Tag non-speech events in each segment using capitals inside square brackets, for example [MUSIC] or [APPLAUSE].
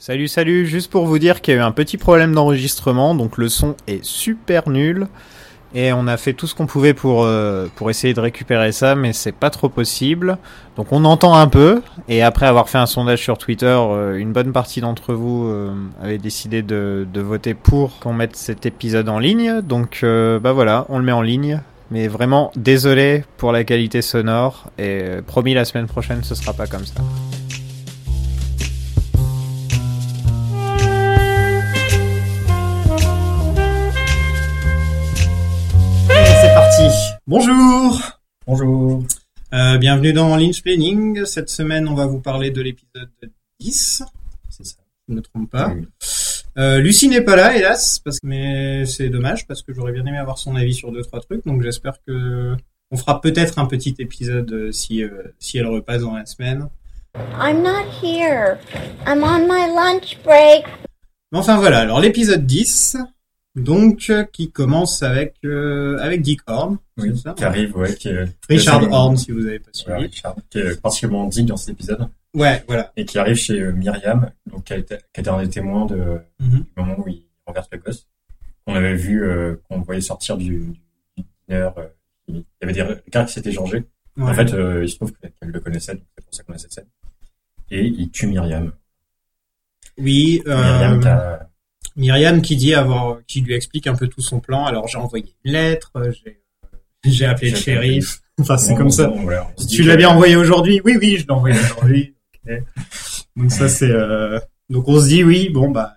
Salut, salut, juste pour vous dire qu'il y a eu un petit problème d'enregistrement, donc le son est super nul. Et on a fait tout ce qu'on pouvait pour, euh, pour essayer de récupérer ça, mais c'est pas trop possible. Donc on entend un peu, et après avoir fait un sondage sur Twitter, euh, une bonne partie d'entre vous euh, avait décidé de, de voter pour qu'on mette cet épisode en ligne. Donc euh, bah voilà, on le met en ligne. Mais vraiment, désolé pour la qualité sonore, et euh, promis la semaine prochaine ce sera pas comme ça. Et c'est parti. Bonjour Bonjour. Euh, bienvenue dans Lynch Planning. Cette semaine, on va vous parler de l'épisode 10. C'est ça, je ne me trompe pas. Euh, Lucie n'est pas là, hélas, parce que... mais c'est dommage parce que j'aurais bien aimé avoir son avis sur deux trois trucs. Donc j'espère que on fera peut-être un petit épisode euh, si euh, si elle repasse dans la semaine. I'm not here. I'm on my lunch break. Mais enfin voilà. Alors l'épisode 10, donc euh, qui commence avec euh, avec Dick Horn, Oui, c'est ça qui arrive, ouais, qui est Richard deuxième- Horn, si vous avez pas suivi. Voilà, Richard, qui est particulièrement digne dans cet épisode, Ouais, voilà. et qui arrive chez euh, Myriam, donc qui a été, qui a été un des témoins de, Mhm. du moment où il renverse le gosse, qu'on avait vu, euh, qu'on voyait sortir du, du dîner, euh, il y avait des regards qui s'étaient changés. Ouais. En fait, euh, il se trouve qu'elle le connaissait, donc c'est pour ça qu'on a cette scène. Et il tue Myriam. oui. euh, Myriam, t'as- Myriam qui dit avoir, qui lui explique un peu tout son plan. Alors j'ai envoyé une lettre, euh, j'ai, j'ai appelé le J'ai appelé. shérif. Enfin c'est on- comme ça. on- voilà, on se dit Tu que- l'as bien envoyé aujourd'hui Oui oui, je l'ai envoyé aujourd'hui. Ok. Donc ça c'est. euh, Donc on se dit oui, bon bah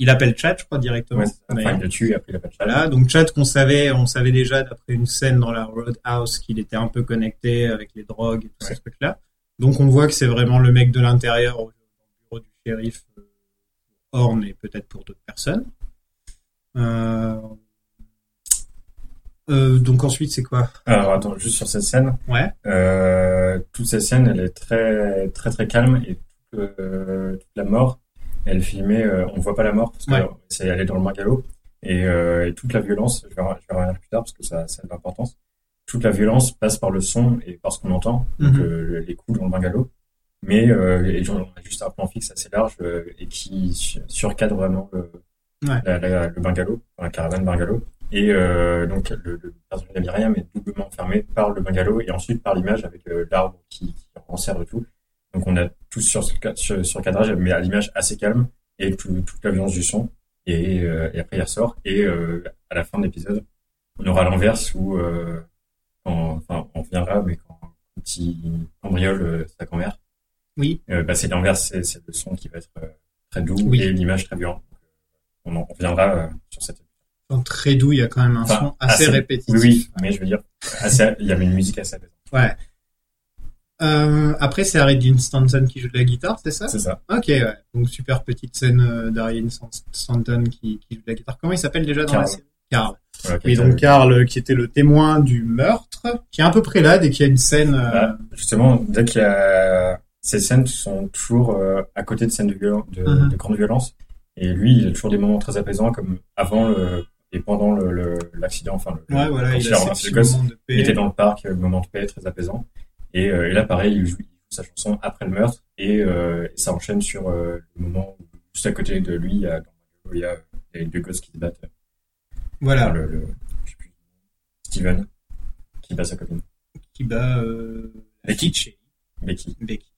il appelle Chat, je crois directement. Ouais, c'est ça. enfin, il le tue, et après il appelle ça. Voilà, donc Chad qu'on savait, on savait déjà d'après une scène dans la Roadhouse qu'il était un peu connecté avec les drogues et tous ces Ouais. trucs-là. Donc on voit que c'est vraiment le mec de l'intérieur au bureau du shérif euh, Horn et peut-être pour d'autres personnes. Euh, euh, donc ensuite c'est quoi Alors attends, juste sur cette scène. Ouais. Euh, toute cette scène, elle est très très très calme et toute, euh, toute la mort, elle filmée, euh, on voit pas la mort parce que Ouais. c'est elle est dans le magalo et, euh, et toute la violence, je vais, re- je vais revenir plus tard parce que ça, ça a de l'importance. Toute la violence passe par le son et par ce qu'on entend, donc Mhm. euh, les coups dans le bungalow. Mais euh, et on a juste un plan fixe assez large euh, et qui su- surcadre vraiment le, Ouais. la- la- le bungalow, la caravane bungalow. Et euh, donc le, le personnage de Myriam est doublement enfermé par le bungalow et ensuite par l'image avec euh, l'arbre qui, qui enserre tout. Donc on a tout sur, sur, sur cadrage, mais à l'image assez calme et tout- toute la violence du son. Et, euh, et après il ressort. Et euh, à la fin de l'épisode, on aura l'inverse où euh, quand- enfin, on reviendra, mais quand un petit cambriole euh, sa grand-mère, Oui. euh, bah, c'est l'inverse, c'est, c'est le son qui va être euh, très doux Oui. et l'image très violente. Donc, euh, On en reviendra euh, sur cette Dans Très doux, il y a quand même un Enfin, son assez, assez- répétitif. Oui, oui, mais je veux dire, assez- il y avait une musique assez apaisante. Euh, après c'est Harry Dean Stanton qui joue de la guitare, c'est ça C'est ça. Ok, ouais. donc super petite scène euh, d'Ariane Sant- Stanton qui, qui joue de la guitare. Comment il s'appelle déjà dans la Carl. série Carl. Voilà, Oui, donc Karl, euh, qui était le témoin du meurtre, qui est un peu prélade et qui a une scène. euh, Voilà. Justement, dès qu'il y a ces scènes sont toujours euh, à côté de scènes de, violen- de, Mhm. de grande violence, et lui, il a toujours des moments très apaisants, comme avant le- et pendant le- le- l'accident, enfin le, ouais, voilà, quand il il hein, a a renversé ce le gosse, moment de il était paix. dans le parc, euh, moment de paix, très apaisant. Et, euh, et là, pareil, il joue, il joue sa chanson après le meurtre, et, euh, et ça enchaîne sur euh, le moment où, juste à côté de lui, il y a, dans- il y a, il y a les deux gosses qui se battent. Voilà, Enfin, le, le- je sais plus, Steven, qui bat sa copine. qui bat euh, Becky. Kitsch, Becky. Becky.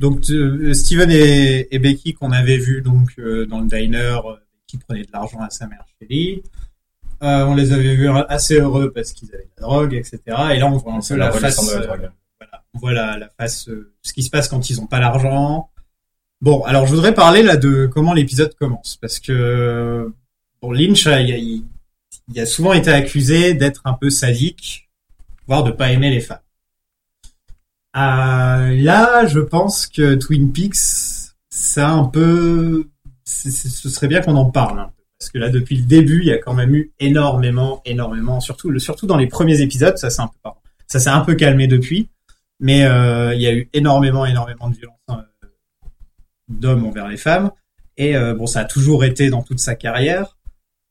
Donc euh, Steven et, et Becky qu'on avait vu donc euh, dans le diner, euh, qui prenaient de l'argent à sa mère Shelly. Euh, on les avait vus assez heureux parce qu'ils avaient de la drogue, etc. Et là on voit un peu C'est la, la face. relation de euh, la drogue. voilà, on voit la, la face, euh, ce qui se passe quand ils ont pas l'argent. Bon, alors je voudrais parler là de comment l'épisode commence, parce que euh, bon, Lynch, euh, il, a- il- il a souvent été accusé d'être un peu sadique, voire de pas aimer les femmes. Euh, là, je pense que Twin Peaks, ça un peu, c'est- c'est- ce serait bien qu'on en parle. un peu, Parce que là, depuis le début, il y a quand même eu énormément, énormément, surtout, le, surtout dans les premiers épisodes, ça c'est un peu, pardon, ça s'est un peu calmé depuis, mais euh, il y a eu énormément, énormément de violence euh, d'hommes envers les femmes. Et euh, bon, ça a toujours été dans toute sa carrière,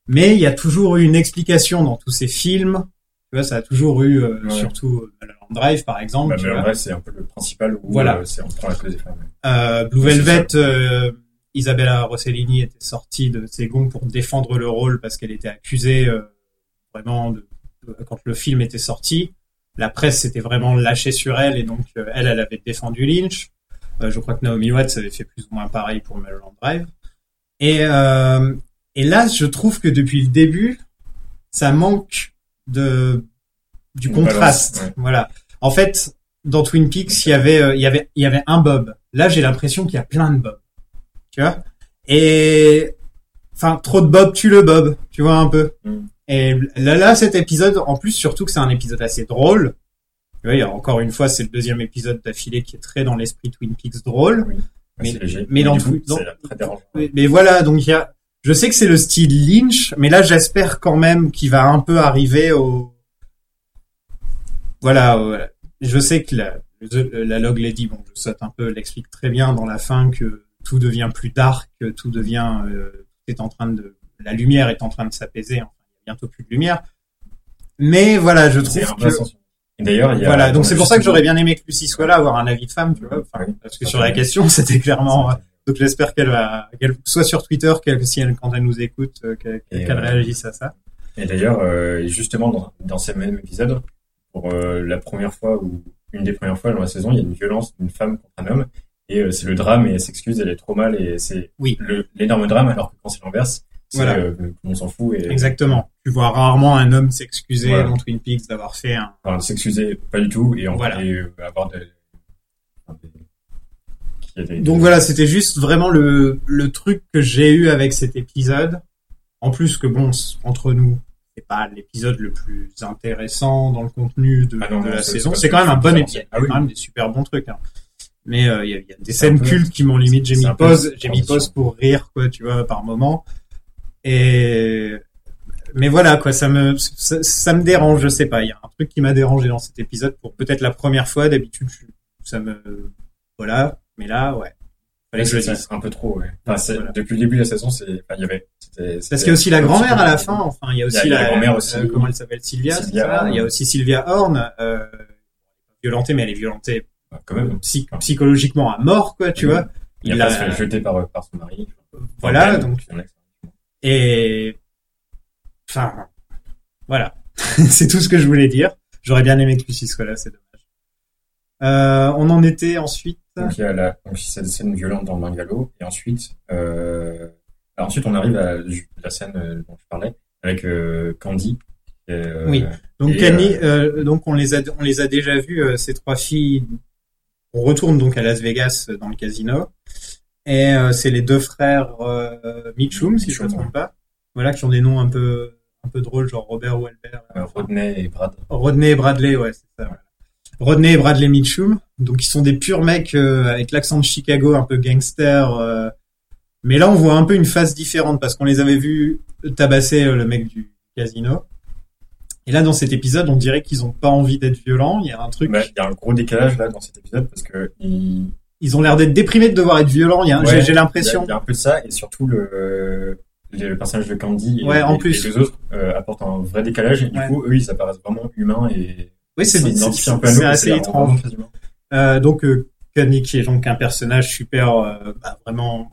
mais il y a toujours eu une explication dans tous ses films. Tu vois, ça a toujours eu, euh, Ouais. surtout euh, Mulholland Drive, par exemple. Bah, tu mais vois. en vrai, c'est un peu le principal où Voilà. euh, c'est on prend la cause des femmes. Euh, Blue Oui, c'est Velvet, euh, Isabella Rossellini était sortie de ses gonds pour défendre le rôle parce qu'elle était accusée euh, vraiment de, de- quand le film était sorti. La presse s'était vraiment lâchée sur elle et donc euh, elle, elle avait défendu Lynch. Euh, je crois que Naomi Watts avait fait plus ou moins pareil pour Mulholland Drive. Et, euh, et là, je trouve que depuis le début, ça manque de du Une contraste. balance, ouais. Voilà. En fait, dans Twin Peaks, il y avait euh, il y avait il y avait un Bob. Là, j'ai l'impression qu'il y a plein de Bob. Tu vois Et enfin, trop de Bob tue le Bob. Tu vois un peu. Mm. Et là, là, cet épisode, en plus, surtout que c'est un épisode assez drôle. Tu vois, il y a- encore une fois, c'est le deuxième épisode d'affilée qui est très dans l'esprit Twin Peaks drôle. Mais- C'est léger. mais Et dans du coup, tout- dans- c'est très dérangeant. Mais, mais voilà, donc il y a. Je sais que c'est le style Lynch, mais là j'espère quand même qu'il va un peu arriver au. Voilà, voilà. je sais que la, le- la Log Lady, bon, je saute un peu, l'explique très bien dans la fin que tout devient plus dark, que tout devient, euh, est en train de, la lumière est en train de s'apaiser, enfin, il y a bientôt plus de lumière. Mais voilà, je C'est un trouve peu que ascension. Et d'ailleurs, il y a. voilà, donc c'est pour ça que justement- j'aurais bien aimé que Lucie soit là, avoir un avis de femme, tu vois, enfin, Oui. parce que sur la question [LAUGHS] c'était clairement. euh, donc j'espère qu'elle va, qu'elle soit sur Twitter, qu'elle, si elle, quand elle nous écoute, euh, qu'elle, Et, qu'elle euh, réagisse à ça. Et d'ailleurs, euh, justement, dans, dans ces mêmes épisodes, pour euh, la première fois ou une des premières fois dans la saison, il y a une violence d'une femme contre un homme. Et euh, c'est le drame et elle s'excuse, elle est trop mal et c'est Oui. le- l'énorme drame alors que quand c'est l'inverse, c'est, Voilà. euh, tout le monde s'en fout et Exactement. Tu vois rarement un homme s'excuser Voilà. dans Twin Peaks d'avoir fait un. enfin, s'excuser pas du tout et, en, Voilà. et, euh, avoir des... enfin, des- qu'il y a des- Donc voilà, c'était juste vraiment le, le truc que j'ai eu avec cet épisode. En plus que bon, c- entre nous, c'est pas l'épisode le plus intéressant dans le contenu de, Ah non, de non, la c'est- saison. c'est pas C'est quand même un bon ça. épisode. Ah oui. quand même des super bons trucs. hein. Mais euh, il y, a- il y a des C'est scènes un peu- cultes qui m'ont limite. J'ai c'est mis un peu pause, une j'ai mis transition. pause pour rire, quoi, tu vois, par moment. Et mais voilà, quoi, ça me ça, ça me dérange. Je sais pas. Il y a un truc qui m'a dérangé dans cet épisode pour peut-être la première fois. D'habitude, je- ça me voilà. Mais là, ouais. Fallait que je le dise. c'est un peu trop. Ouais. Enfin, c'est- Voilà. Depuis le début de la saison, c'est enfin, il y avait. c'était- Parce c'était- qu'il y a aussi la c'était- grand-mère à la fin, enfin, il y a aussi Il y a la grand-mère euh, aussi. comment elle s'appelle, Sylvia, c'est Sylvia ça Horn. Il y a aussi Sylvia Horn, euh, violentée, mais elle est violentée Ouais, Quand même. psy- psychologiquement à mort, quoi, tu Oui. vois. Il, Il a a- se fait jeter par, par son mari. Voilà, Ouais, donc, il y en a qui- et, enfin, voilà. [LAUGHS] c'est tout ce que je voulais dire. J'aurais bien aimé que Lucie soit là, c'est dommage. Euh, on en était ensuite, Donc il y a la, donc cette scène violente dans le bungalow et ensuite, euh, alors ensuite on arrive à ju- la scène euh, dont je parlais avec euh, Candy. qui est, euh, Oui. Donc Et, Annie, euh, donc on les a on les a déjà vus euh, ces trois filles. On retourne donc à Las Vegas euh, dans le casino et euh, c'est les deux frères euh, Mitchum si je ne me Mitchum, trompe pas. Voilà qui ont des noms un peu un peu drôles genre Robert ou Albert. euh, Rodney et Brad. Rodney et Bradley ouais c'est ça. voilà. Rodney et Bradley Mitchum donc ils sont des purs mecs euh, avec l'accent de Chicago un peu gangster. euh, mais là on voit un peu une face différente parce qu'on les avait vus tabasser euh, le mec du casino. Et là, dans cet épisode, on dirait qu'ils ont pas envie d'être violents. Il y a un truc. Bah, il y a un gros décalage là dans cet épisode parce que il, Ils ont l'air d'être déprimés de devoir être violents. Il y a un- Ouais, j'ai- J'ai il, y a, l'impression. il y a un peu de ça et surtout le, le, le personnage de Candy et, Ouais, en et- plus. et les autres euh, apportent un vrai décalage et du Ouais. coup eux ils apparaissent vraiment humains et Oui, c'est ils c'est- s'identifient un peu à nous, c'est et assez la étrange. rencontre quasiment. Euh, donc, euh, Connie, qui est donc un personnage super, euh, bah, vraiment.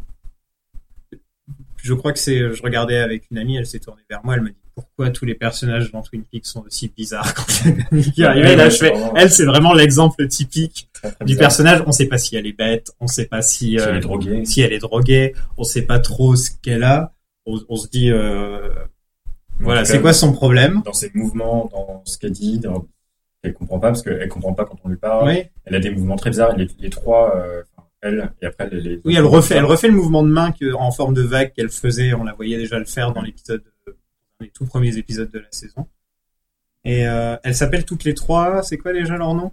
Je crois que c'est. Je regardais avec une amie, elle s'est tournée vers moi, elle me dit pourquoi tous les personnages dans Twin Peaks sont aussi bizarres quand [LAUGHS] il y a Connie qui est arrivée. Ouais, Là, ouais, je c'est fais. vraiment, Elle, c'est vraiment l'exemple typique très, très du bizarre. personnage. On sait pas si elle est bête, on sait pas si. Si elle euh, est droguée. si elle est droguée, on sait pas trop ce qu'elle a. On, on se dit, euh, voilà, Donc, c'est là, quoi son problème dans ses mouvements, dans ce qu'elle dit, dans... elle comprend pas parce qu'elle comprend pas quand on lui parle. Oui, Elle a des mouvements très bizarres. Les, les trois, euh, enfin, elle et après les. les- oui, elle refait, elle refait le mouvement de main que, en forme de vague qu'elle faisait. On la voyait déjà le faire dans l'épisode, dans les tout premiers épisodes de la saison. Et euh, elles s'appellent toutes les trois. C'est quoi déjà leur nom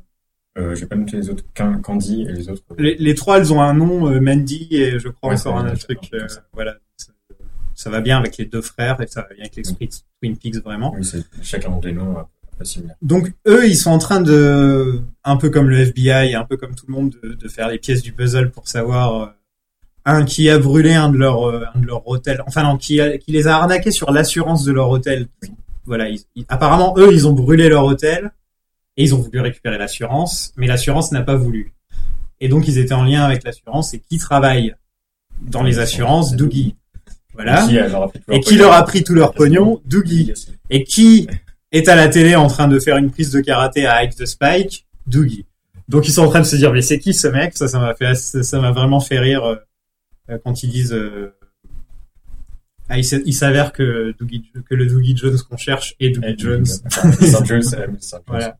Euh, J'ai pas noté les autres. Qu'un Candy et les autres. les, les trois, elles ont un nom, euh, Mandy et je crois Ouais, encore c'est- un autre c'est truc. un peu comme euh, ça. voilà, ça, ça va bien avec les deux frères et ça va bien avec l'esprit de Twin Peaks vraiment. Oui, c'est chacun ont des noms euh, pas similaires. Donc eux, ils sont en train de, un peu comme le FBI, un peu comme tout le monde, de, de faire les pièces du puzzle pour savoir euh, un qui a brûlé un de leurs euh, un de leurs hôtels, enfin non, qui, a- qui les a arnaqués sur l'assurance de leur hôtel. Voilà, ils- ils- apparemment eux, ils ont brûlé leur hôtel et ils ont voulu récupérer l'assurance, mais l'assurance n'a pas voulu. Et donc ils étaient en lien avec l'assurance et qui travaille dans les assurances, Doogie. Voilà. Qui leur a pris tout Et qui leur a pris tout leur pognon, Doogie. Et qui est à la télé en train de faire une prise de karaté à Ike the Spike, Doogie. Donc ils sont en train de se dire mais c'est qui ce mec Ça ça m'a fait ça ça m'a vraiment fait rire euh, quand ils disent euh, ah, il s'est- il s'avère que Doogie que le Doogie Jones qu'on cherche est Doogie Eh, Jones. [LAUGHS] Enfin, Saint Jones, euh, Saint Jones. Voilà.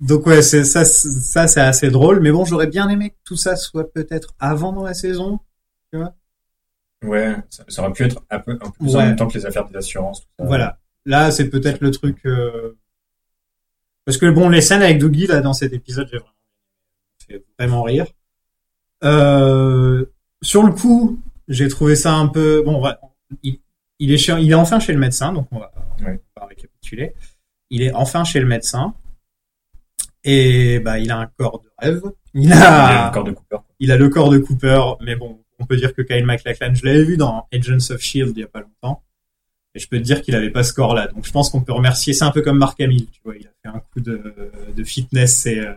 Donc ouais, c'est ça c'est- ça c'est assez drôle mais bon, j'aurais bien aimé que tout ça soit peut-être avant dans la saison. Ouais, ça, ça aurait pu être un peu, un peu plus en Ouais. même temps que les affaires des assurances. tout ça. Euh, Voilà. Là, c'est peut-être le truc. euh, Parce que bon, les scènes avec Doogie là dans cet épisode, j'ai vraiment fait vraiment rire. Euh, Sur le coup, j'ai trouvé ça un peu. Bon, on va- il, il est chez- il est enfin chez le médecin, donc on va, on Ouais. va récapituler. Il est enfin chez le médecin et bah il a un corps de rêve. Il Il y a, a encore de Cooper. quoi. il a le corps de Cooper, mais bon, on peut dire que Kyle MacLachlan, je l'avais vu dans Agents of Shield E il y a pas longtemps, et je peux te dire qu'il avait pas ce corps-là. Donc je pense qu'on peut remercier. C'est un peu comme Mark Hamill, tu vois, il a fait un coup de, de fitness et euh,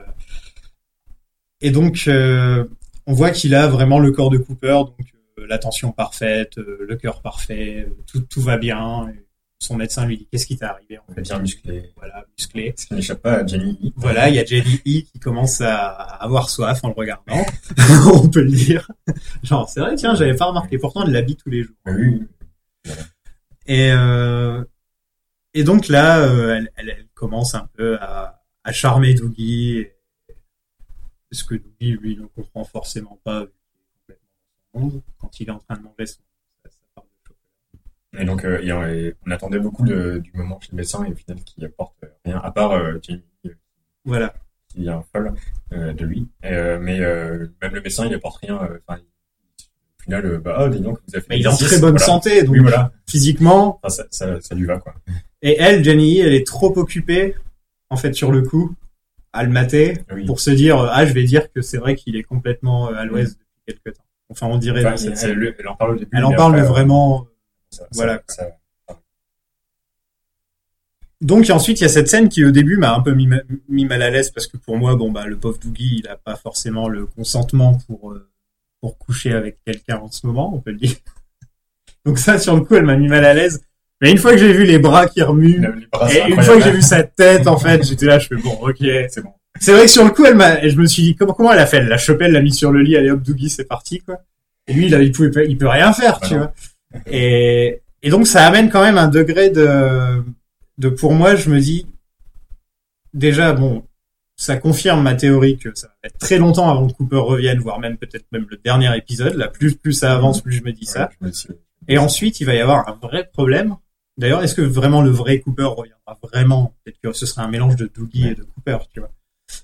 et donc euh, on voit qu'il a vraiment le corps de Cooper, donc euh, l'attention parfaite, euh, le cœur parfait, euh, tout tout va bien. Et son médecin lui dit qu'est-ce qui t'est arrivé en Il est bien musclé. Voilà, musclé. Ce qui n'échappe pas à Jenny Lee. Voilà, il y a Jenny E qui commence à avoir soif en le regardant. [LAUGHS] On peut le dire. Genre, c'est vrai, tiens, j'avais pas remarqué. Pourtant, elle l'habille tous les jours. Mais oui, oui. Et, euh, et donc là, euh, elle, elle- elle commence un peu à, à charmer Doogie. Parce que Doogie, lui, ne comprend forcément pas vu qu'il est complètement dans son monde quand il est en train de manger son, sa sa part de chocolat. Et donc, euh, et on, et on attendait beaucoup le- du moment chez le médecin et au final, qui apporte euh, rien, à part euh, Jenny Lee, euh, Voilà. qui est un folle euh, de lui. Et, euh, mais euh, même le médecin, il apporte rien. euh, Enfin, il- au final, euh, bah, ah, dis donc, vous avez fait Mais il est en l'exercice, très bonne voilà. santé, donc Oui, voilà. physiquement, Enfin, ça, ça, ça lui va, quoi. Et elle, Jenny, elle est trop occupée, en fait, sur le coup, à le mater, Oui. pour se dire, ah, je vais dire que c'est vrai qu'il est complètement euh, à l'ouest depuis quelque temps. Enfin, on dirait Enfin, dans cette elle, scène. elle- elle en parle au début. Elle en mais parle, mais après, euh, vraiment. ça- ça- voilà, ça- Donc, et ensuite, il y a cette scène qui, au début, m'a un peu mis, ma- mis mal à l'aise, parce que pour moi, bon, bah, le pauvre Doogie, il a pas forcément le consentement pour, euh, pour coucher avec quelqu'un en ce moment, on peut le dire. [LAUGHS] Donc ça, sur le coup, elle m'a mis mal à l'aise. Mais une fois que j'ai vu les bras qui remuent, les- les bras, et Ah, c'est une fois que j'ai incroyable. vu sa tête, en fait, j'étais là, je fais bon, ok, C'est bon. C'est vrai que sur le coup, elle m'a, et je me suis dit, comment, comment elle a fait? Elle l'a chopé, elle l'a mis sur le lit, allez hop, Doogie, c'est parti, quoi. Et lui, il, a- il pouvait pas- il peut rien faire, Bah tu non. vois. Et, et donc, ça amène quand même un degré de, de, pour moi, je me dis, déjà, bon, ça confirme ma théorie que ça va être très longtemps avant que Cooper revienne, voire même peut-être même le dernier épisode. Là, plus, plus ça avance, plus je me dis ça. Ouais, je me suis- Et ensuite, il va y avoir un vrai problème. D'ailleurs, est-ce que vraiment le vrai Cooper reviendra vraiment Peut-être que ce sera un mélange de Doogie et de Cooper, tu vois.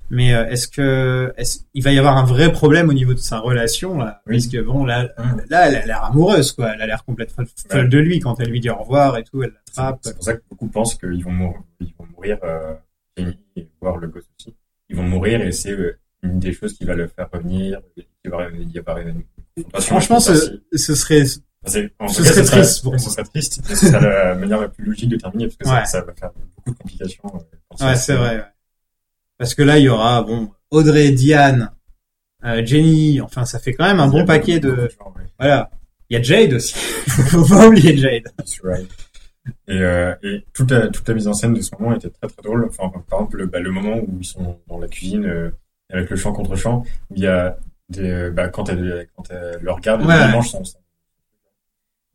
Mais euh, est-ce que est-ce, il va y avoir un vrai problème au niveau de sa relation là Oui. Parce que bon, là, Ah. là, elle a l'air amoureuse, quoi. Elle a l'air complètement folle Ouais. de lui quand elle lui dit au revoir et tout. Elle l'attrape. C'est pour ça que beaucoup pensent qu'ils vont mourir, ils vont mourir euh, Jamie et voir le gosse aussi. Ils vont mourir et c'est euh, une des choses qui va le faire revenir, qui va il y avoir une confrontation. Franchement, Je sais pas ce, ce serait si- c'est- en ce tout cas, serait ce triste pour ce moi. serait triste, mais c'est la manière la plus logique de terminer parce que ça- Ouais. ça, va faire beaucoup de complications. euh, quand Ouais, ça- c'est vrai. ouais. Parce que là, il y aura bon Audrey, Diane, euh, Jenny. Enfin, ça fait quand même un Il y a bon paquet beaucoup de. gens, ouais. Voilà. Il y a Jade aussi. [LAUGHS] Faut pas oublier Jade. It's right. Et, euh, et toute, la, toute la mise en scène de ce moment était très très drôle. Enfin, par exemple, le, bah, le moment où ils sont dans la cuisine euh, avec le champ contre champ, où il y a des, euh, bah, quand elle, quand elle le regarde, Ouais. elle mange son. son-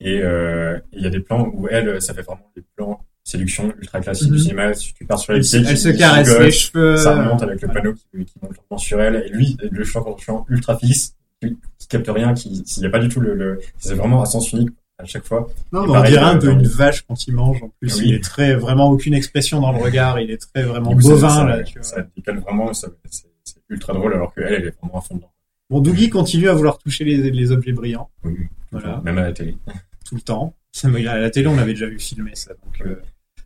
Et euh, il y a des plans où elle, ça fait vraiment des plans séduction ultra classique Mhm. du cinéma. Si tu pars sur les Elle, pieds, se- elle qui- se qui caresse gosse, les cheveux. ça remonte avec le Voilà. panneau qui, qui monte lentement sur elle, et lui, le champ contre champ ultra fixe, qui, qui capte rien, qui, s'il n'y a pas du tout le, le c'est vraiment à sens unique à chaque fois. Non, Et mais on pareil, dirait un euh, peu dans une le- vache quand il mange. En plus, Oui. il est très vraiment aucune expression dans le regard. Il est très vraiment Du coup, ça- bovin ça, là. Tu vois. ça décale vraiment, ça- c'est c'est ultra drôle alors qu'elle, elle est vraiment à fond dedans. Bon, Doogie continue à vouloir toucher les, les objets brillants Oui, oui. Voilà. Même à la télé. tout le temps. Ça me- À la télé, on l'avait déjà vu filmer ça. Donc, euh,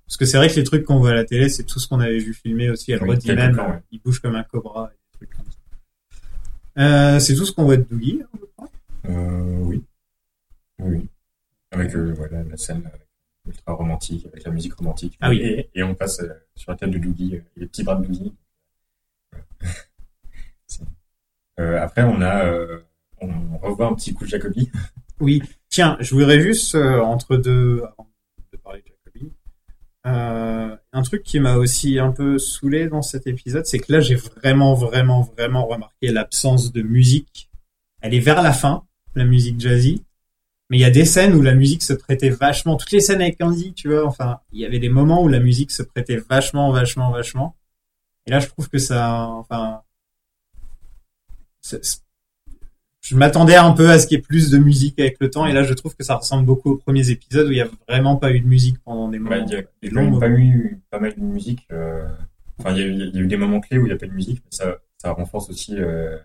parce que c'est vrai que les trucs qu'on voit à la télé, c'est tout ce qu'on avait vu filmer aussi. Elle Oui, redit quelques même, plans, ouais. euh, il bouge comme un cobra. et des trucs comme ça. Euh, c'est tout ce qu'on voit de Doogie. hein, je crois. Euh, oui. Oui, oui. Avec euh, voilà, la scène euh, ultra romantique, avec la musique romantique. Ah oui. Et, et on passe euh, sur la tête de Doogie, euh, les petits bras de [LAUGHS] Doogie. Euh, après, on a, euh, on, revoit un petit coup de Jacobi. Oui. Tiens, je voudrais juste, euh, entre deux, avant de parler de Jacobi, euh, un truc qui m'a aussi un peu saoulé dans cet épisode, c'est que là, j'ai vraiment, vraiment, vraiment remarqué l'absence de musique. Elle est vers la fin, la musique jazzy. Mais il y a des scènes où la musique se prêtait vachement. Toutes les scènes avec Andy, tu vois, enfin, il y avait des moments où la musique se prêtait vachement, vachement, vachement. Et là, je trouve que ça, enfin, c'est- c'est- je m'attendais un peu à ce qu'il y ait plus de musique avec le temps. Et là, je trouve que ça ressemble beaucoup aux premiers épisodes où il y a vraiment pas eu de musique pendant des moments. Ouais, il y a des quand longs même pas moments. eu pas mal de musique. euh, Enfin, il y, a eu- il y a eu des moments clés où il n'y a pas de musique, mais ça, ça renforce aussi. euh,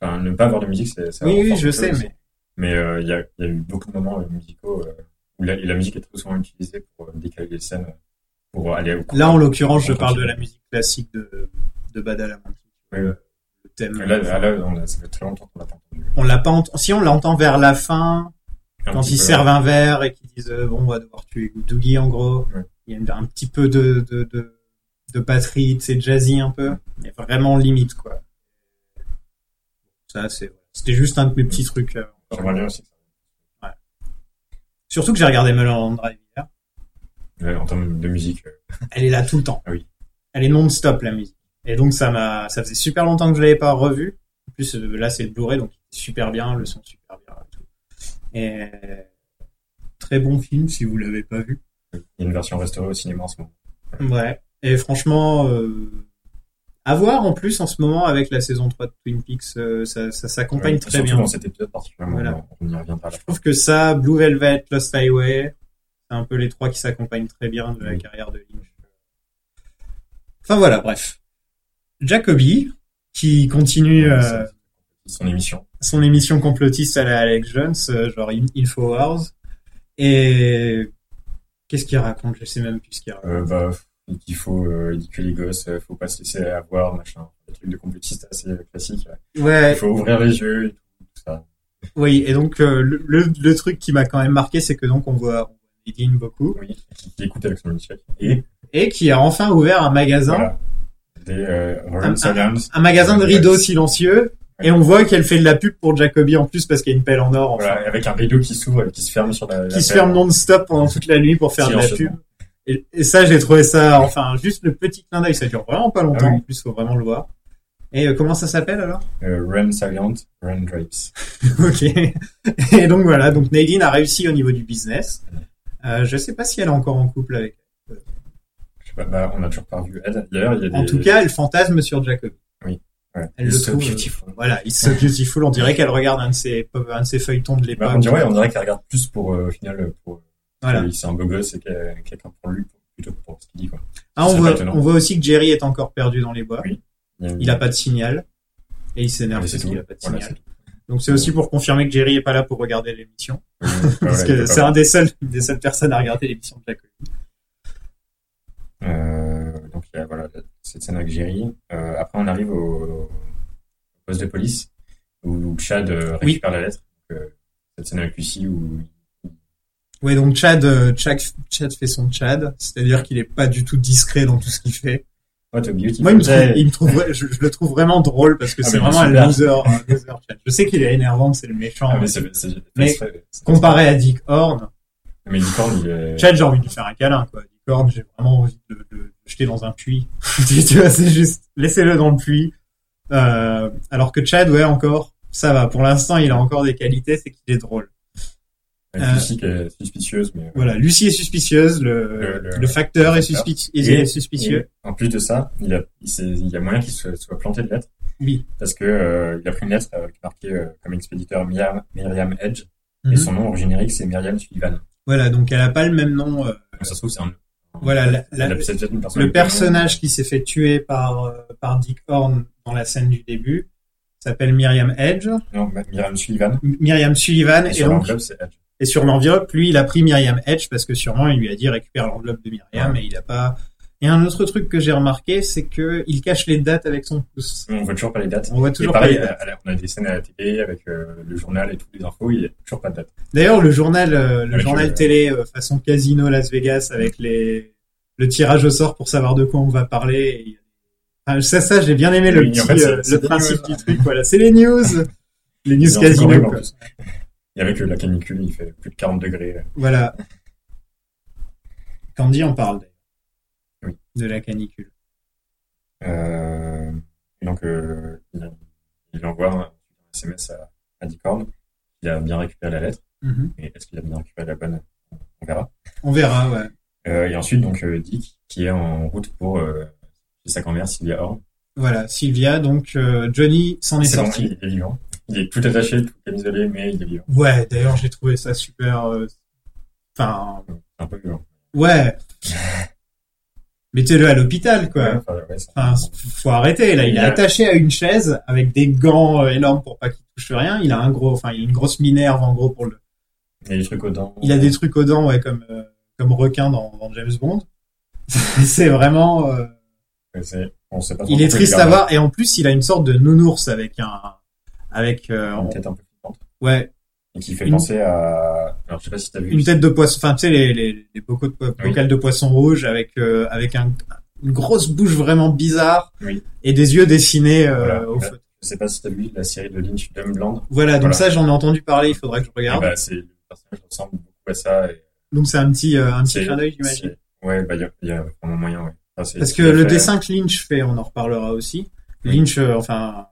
Enfin, ne pas avoir de musique, c'est. ça Oui, oui, renforce je les sais, choses. mais- Mais euh, il y, a, il y a eu beaucoup de moments euh, musicaux euh, où la, et la musique est très souvent utilisée pour euh, décaler les scènes, pour aller au. Là, en l'occurrence, je parle de la musique classique de, de Badalamenti. Oui, oui. Le thème. Là, là, là, on a- ça fait très longtemps qu'on l'a pas entendu. on l'a pas ent- si on l'entend vers la fin, Un quand petit ils peu. servent un verre et qu'ils disent euh, bon on va devoir tuer Dougie en gros Ouais. il y a une- un petit peu de de, de, de batterie c'est jazzy un peu mais vraiment limite quoi ça c'est c'était juste un de mes petits trucs euh. J'aimerais bien aussi. surtout que j'ai regardé Mulholland Drive hier Ouais, en termes de musique. euh, elle est là tout le temps Ah oui. elle est non-stop la musique et donc ça m'a ça faisait super longtemps que je l'avais pas revue en plus euh, là c'est le Blu-ray donc il est super bien le son super bien et tout et très bon film si vous l'avez pas vu Il y a une version restaurée au cinéma en ce moment. Ouais. Et franchement, euh, à voir en plus en ce moment avec la saison 3 de Twin Peaks, euh, ça, ça s'accompagne Ouais, très surtout bien. dans cet épisode particulièrement. Voilà. On y reviendra. là. Je trouve que ça, Blue Velvet, Lost Highway, c'est un peu les trois qui s'accompagnent très bien de la Oui. carrière de Lynch. Enfin voilà, bref. Jacobi, qui continue euh, Son émission. son émission complotiste à la Alex Jones, euh, genre In- Info Hours. Et qu'est-ce qu'il raconte Je sais même plus ce qu'il raconte. euh, bah, il dit qu'il faut, euh, il dit que les gosses, euh, faut pas se laisser avoir, machin. Des trucs de complotiste assez classique. Ouais, Il faut ouvrir les yeux et tout, tout ça. Oui, et donc euh, le, le, le truc qui m'a quand même marqué, c'est que donc on voit Nadine beaucoup Oui, qui, qui écoute avec son Michel. Et et qui a enfin ouvert un magasin, voilà. Des euh, Rolling Un- Stones. un magasin de Des- rideaux silencieux. Et on voit qu'elle fait de la pub pour Jacobi en plus parce qu'il y a une pelle en or enfin, Voilà, avec un rideau qui s'ouvre et qui se ferme sur la. la qui se paire. ferme non-stop pendant toute la nuit pour faire de la pub. Silencieusement. Et, et ça, j'ai trouvé ça, enfin, juste le petit clin d'œil, ça dure vraiment pas longtemps Ah oui. en plus, faut vraiment le voir. Et euh, comment ça s'appelle alors [LAUGHS] Euh, Run Silent, Run Drapes. Ok. Et donc voilà, donc Nadine a réussi au niveau du business. Euh, je sais pas si elle est encore en couple avec. Je sais pas, bah, on a toujours pas vu Ed. D'ailleurs, il y a des. En tout cas, elle fantasme sur Jacobi. ouais. elle le It's so trouve, euh, beautiful. Voilà, il se beautiful. On dirait qu'elle regarde un de ses, un de ses feuilletons de Bah, l'époque. on dirait, on dirait qu'elle regarde plus pour, euh, au final, pour, Voilà. que c'est un beau gosse et qu'elle- quelqu'un pour lui, plutôt que pour ce qu'il dit, quoi. Ah, on, C'est voit, étonnant. on voit aussi que Jerry est encore perdu dans les bois. Oui. Il y a- Il a pas de signal. Et il Mais s'énerve c'est parce qu'il tout. a pas de Voilà, signal. c'est tout. Donc c'est aussi pour confirmer que Jerry est pas là pour regarder l'émission. [LAUGHS] parce Voilà, il que peut c'est pas. un des seuls, une des seules personnes à regarder l'émission de Jacob. Euh, donc il y a voilà, cette scène avec Jerry. Euh, après, on arrive au, au poste de police où Chad euh, Oui. récupère la lettre. Donc, euh, cette scène avec Lucie où Ouais, donc Chad, euh, Chad, Chad fait son Chad. C'est-à-dire qu'il est pas du tout discret dans tout ce qu'il fait. What a beautiful Moi, il me trouve, day. il me trouve vra- je, je le trouve vraiment drôle parce que Ah, c'est mais vraiment un super. loser, un loser Chad. Je sais qu'il est énervant, que c'est le méchant. Ah, mais c'est- c'est- c'est- Mais c'est- c'est- Comparé à Dick Horn, Mais Licorne, il est. Euh, Chad, j'ai envie de lui faire un câlin, quoi. Licorne, j'ai vraiment envie de le- de le jeter dans un puits. [LAUGHS] tu tu vois, c'est juste, laissez-le dans le puits. Euh, alors que Chad, ouais, encore, ça va. Pour l'instant, il a encore des qualités, c'est qu'il est drôle. avec euh, Lucie qui est suspicieuse, mais. Voilà, Lucie est suspicieuse, le, Le- le- le facteur le est, facteur. suspi- Et- est suspicieux. Et en plus de ça, il, a, il, s'est- il y a moyen qu'il se soit planté de lettre Oui. parce que euh, il a pris une lettre euh, qui marquait euh, comme expéditeur Myriam, Myriam Edge Mhm. et son nom au générique c'est Myriam Sullivan. Voilà, donc elle a pas le même nom. euh, Donc ça se trouve c'est un. Voilà, la- la- Elle a- c'est peut-être une personne le avec un nom. personnage qui s'est fait tuer par, euh, par Dick Horn dans la scène du début s'appelle Myriam Edge, Non, Ma- Myriam Sullivan. M- Myriam Sullivan, Et et sur donc l'enveloppe, c'est Edge. Et sur l'enveloppe, lui, il a pris Myriam Edge parce que sûrement il lui a dit récupère l'enveloppe de Myriam Ouais. et il a pas. Et un autre truc que j'ai remarqué, c'est que il cache les dates avec son pouce. On voit toujours pas les dates. On voit Et toujours pas pareil, les dates. à la- on a des scènes à la télé avec euh, le journal et toutes les infos, il n'y a toujours pas de date. D'ailleurs, le journal, euh, le Avec journal le- télé euh, façon casino Las Vegas avec les le tirage au sort pour savoir de quoi on va parler. Et- Enfin, Ah, ça, ça, j'ai bien aimé le Oui, en petit, fait, c'est- euh, c'est le des principe news. [LAUGHS] du truc. Voilà, c'est les news. Linus Il en fait quand Casino, même, en quoi. plus. Et avec euh, la canicule, il fait plus de 40 degrés. euh. Voilà. Candy en parle, d'ailleurs. Oui. De la canicule. Euh, et donc, euh, il, il envoie un SMS à, à Dicorne. Il a bien récupéré la lettre. Et est-ce qu'il a bien récupéré la bonne On verra. On verra, ouais. Euh, et ensuite, donc, euh, Dick, qui est en route pour euh, chez sa grand-mère, Sylvia Horn. Voilà, Sylvia, donc euh, Johnny s'en est, C'est bon, sorti. il est vivant. Il est tout attaché, tout camisolé, mais il est vivant. Ouais, d'ailleurs, j'ai trouvé ça super. euh, Enfin, Un peu violent. ouais. Mettez-le à l'hôpital, quoi. Enfin, ouais, c'est- Enfin, faut arrêter. Là, il est Il a- attaché à une chaise avec des gants euh, énormes pour pas qu'il touche rien. Il a un gros, enfin, il a une grosse minerve en gros pour le. Il y a des trucs aux dents. Il a des trucs aux dents, ouais, comme euh, comme requin dans, dans James Bond. [LAUGHS] C'est vraiment. euh, Ouais, c'est- On sait pas trop il est pourquoi triste à garde voir et en plus, il a une sorte de nounours avec un avec euh, Une tête un peu flippante. ouais Et qui fait Une- penser à. Alors, je sais pas si t'as vu. une tête de poisson. Enfin, tu sais les les, les bocaux de po- Oui. bocales de poisson rouge avec euh, avec un une grosse bouche vraiment bizarre Oui. et des yeux dessinés euh, Voilà. au feu. Je sais pas si t'as vu la série de Lynch Dumbland. Voilà, donc Voilà. ça j'en ai entendu parler, il faudrait que je regarde. Bah, c'est le personnage ressemble beaucoup à ça. Et Donc c'est un petit, euh, un petit ben, c'est- clin d'œil, j'imagine. c'est- Ouais, bah, il y a, y a vraiment moyen, ouais. Enfin, c'est- Parce c'est que bien le fait. dessin que Lynch fait, on en reparlera aussi. Oui. Lynch, euh, enfin,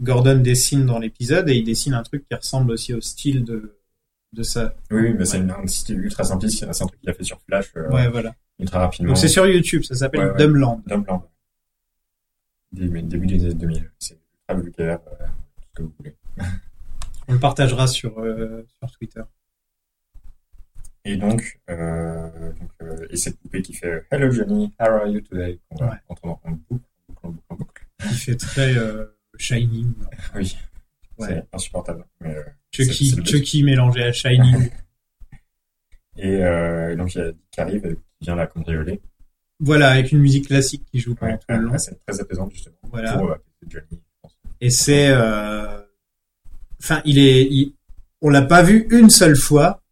Gordon dessine dans l'épisode et il dessine un truc qui ressemble aussi au style de, de ça. Oui, oui, mais c'est une- un style ultra simpliste. C'est un truc qu'il a fait sur Flash euh, Ouais, voilà. ultra rapidement. Donc c'est sur YouTube, ça s'appelle Ouais, ouais. Dumbland. Dumbland. Début, début des années 2000. C'est ultra vulgaire, euh, tout ce que vous voulez. On le partagera sur, euh, sur Twitter. Et donc, euh, donc euh, et cette poupée qui fait euh, Hello Johnny, how are you today? On va Ouais. entendre en boucle, en boucle, en boucle, en boucle. [LAUGHS] Ah Il fait très euh, Shining. Oui, Ouais. c'est insupportable. Mais, euh, Chucky, c'est le but. Chucky mélangé à [LAUGHS] Shining. et euh, donc, il y a Dick qui arrive, et qui vient la cambrioler. voilà, avec une musique classique qui joue pendant Ouais, tout le long. ah, c'est très apaisant, justement. Voilà. Pour euh, apaiser Johnny, je pense. Et c'est, euh, enfin, il est, il- on l'a pas vu une seule fois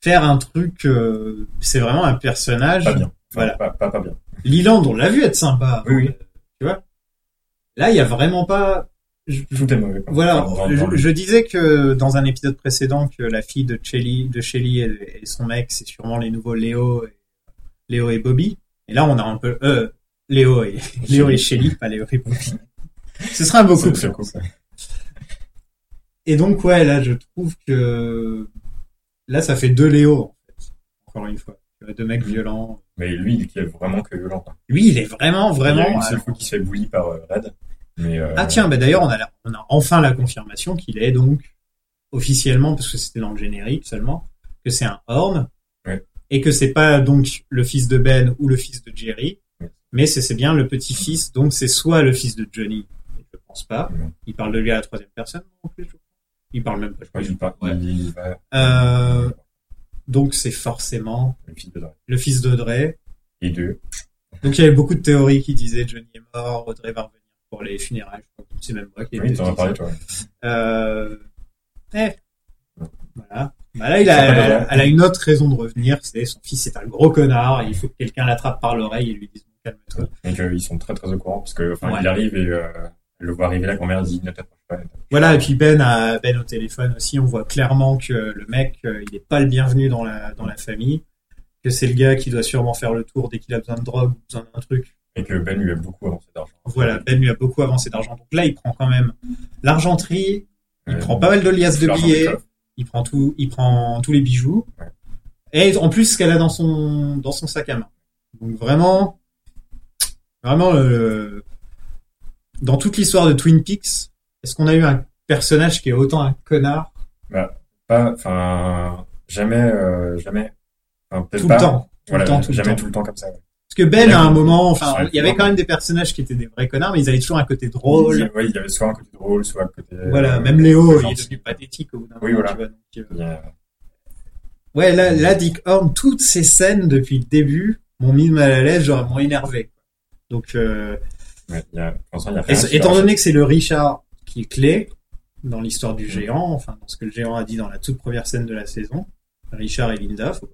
faire un truc. euh, c'est vraiment un personnage. Pas Ah, bien. Enfin, Voilà. Pas, pas, pas bien. Liland, on l'a vu être sympa. euh, Oui, oui. Là, il y a vraiment pas. Tout est mauvais. quoi. Voilà, Enfin, dans- dans je, le- je disais que dans un épisode précédent que la fille de Shelly, de Shelly et, et son mec, c'est sûrement les nouveaux Léo, et, Léo et Bobby. Et là, on a un peu euh, Léo [LAUGHS] et Léo et Shelly, pas Léo et Bobby. Ce sera un beau c'est- couple. c'est cool, ça. Et donc, ouais, là, je trouve que là, ça fait deux Léo, en fait. Encore une fois. Deux mecs violents. Mais lui, il est vraiment que violent. quoi. Lui, il est vraiment, Il y a vraiment. une seule fois qu'il se fait bully par euh, Rad. Mais, euh, Ah, tiens, bah, d'ailleurs, on a, la- on a enfin la confirmation qu'il est donc officiellement, parce que c'était dans le générique seulement, que c'est un Horn. Ouais. Et que c'est pas donc le fils de Ben ou le fils de Jerry, Ouais. mais c'est c'est bien le petit-fils, donc c'est soit le fils de Johnny, je pense pas. Ouais. Il parle de lui à la troisième personne, en plus, je crois. Il parle même pas, je Ouais, crois. il part- Ouais. il va- Euh, Donc c'est forcément le fils de Drake. le fils d'Audrey. Et deux, Donc il y avait beaucoup de théories qui disaient Johnny est mort, Audrey va revenir pour les funérailles. Je crois que c'est même moi qui ai Oui, dit t'en as ça. parlé, toi. Euh... eh. Voilà. Bah là, il a, Ça va, elle, ouais. a une autre raison de revenir, c'est son fils est un gros connard, et il faut que quelqu'un l'attrape par l'oreille et lui dise calme-toi. Donc, euh, ils sont très, très au courant, parce que, enfin, Ouais. il arrive et, euh, elle le voit arriver, la grand-mère dit, ne t'approche pas. ne t'approche Voilà, pas. et puis Ben a Ben au téléphone aussi, on voit clairement que le mec, euh, il n'est pas le bienvenu dans la dans la famille, que c'est le gars qui doit sûrement faire le tour dès qu'il a besoin de drogue, ou besoin d'un truc, Et que Ben lui a beaucoup avancé d'argent. Voilà, Ben lui a beaucoup avancé d'argent. Donc là, il prend quand même l'argenterie, il Euh, prend pas mal de liasses de l'argent billets, du coffre. il prend tout, il prend tous les bijoux. Ouais. Et en plus, ce qu'elle a dans son, dans son sac à main. Donc vraiment, vraiment, euh, dans toute l'histoire de Twin Peaks, est-ce qu'on a eu un personnage qui est autant un connard Pas, enfin, jamais, euh, jamais. Enfin, peut-être tout pas. le temps? Voilà, le temps, tout le jamais temps. tout le temps comme ça. ouais. Parce que Ben, Il y à un avait- moment, Ouais, enfin, il y avait ouais. quand même des personnages qui étaient des vrais connards, mais ils avaient toujours un côté Il, drôle. y a- ouais, il y avait soit un côté drôle, soit un côté. Voilà, euh, même Léo, il est gentil. devenu pathétique au bout d'un Oui, moment. voilà. tu vois, donc, euh, Il y a- Ouais, là, là, Dick Horn, toutes ces scènes depuis le début m'ont mis mal à l'aise, genre m'ont énervé. Donc, euh, ouais, il y a, pour l'instant, il y a et- rien sur- étant donné que c'est le Richard qui est clé dans l'histoire du géant, enfin dans ce que le géant a dit dans la toute première scène de la saison, Richard et Linda, faut-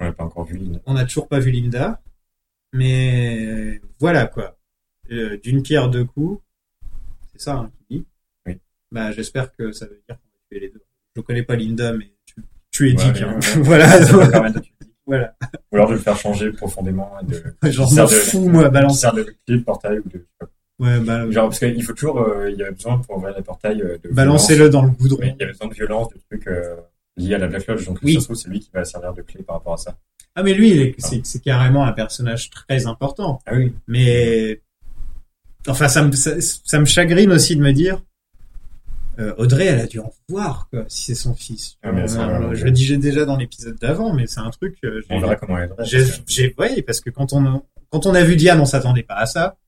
On l'a pas encore vu. il- on n'a toujours pas vu Linda, mais voilà quoi. Euh, D'une pierre deux coups, c'est ça hein, qu'il dit. Oui. Bah, j'espère que ça veut dire qu'on va tuer les deux. Je connais pas Linda, mais tu, tu es Ouais, Dick. mais- hein. [LAUGHS] ouais. voilà. [LAUGHS] Ça va permettre de- voilà. Ou alors de le faire changer profondément et de. Genre, qui je m'en sert de- fous, moi, qui balance. sert de clé de portail ou de. Ouais, bah, Genre, parce qu'il faut toujours, euh, il y a besoin pour ouvrir les portails euh, de. balancez-le dans le violence. Mais goudron. il y a besoin de violence, de trucs euh, liés à la Black Lodge. Donc, Oui. ça se trouve, c'est lui qui va servir de clé par rapport à ça. Ah, mais lui, il est- c'est c'est carrément un personnage très important. Ah oui. Mais enfin, ça me, ça, ça me chagrine aussi de me dire, euh, Audrey, elle a dû en voir quoi, si c'est son fils. Ah, mais ça, Euh, voilà. je le disais déjà dans l'épisode d'avant, mais c'est un truc. euh, j'ai- On verra comment elle est. j'ai, j'ai, oui, parce que quand on a- quand on a vu Diane, on s'attendait pas à ça.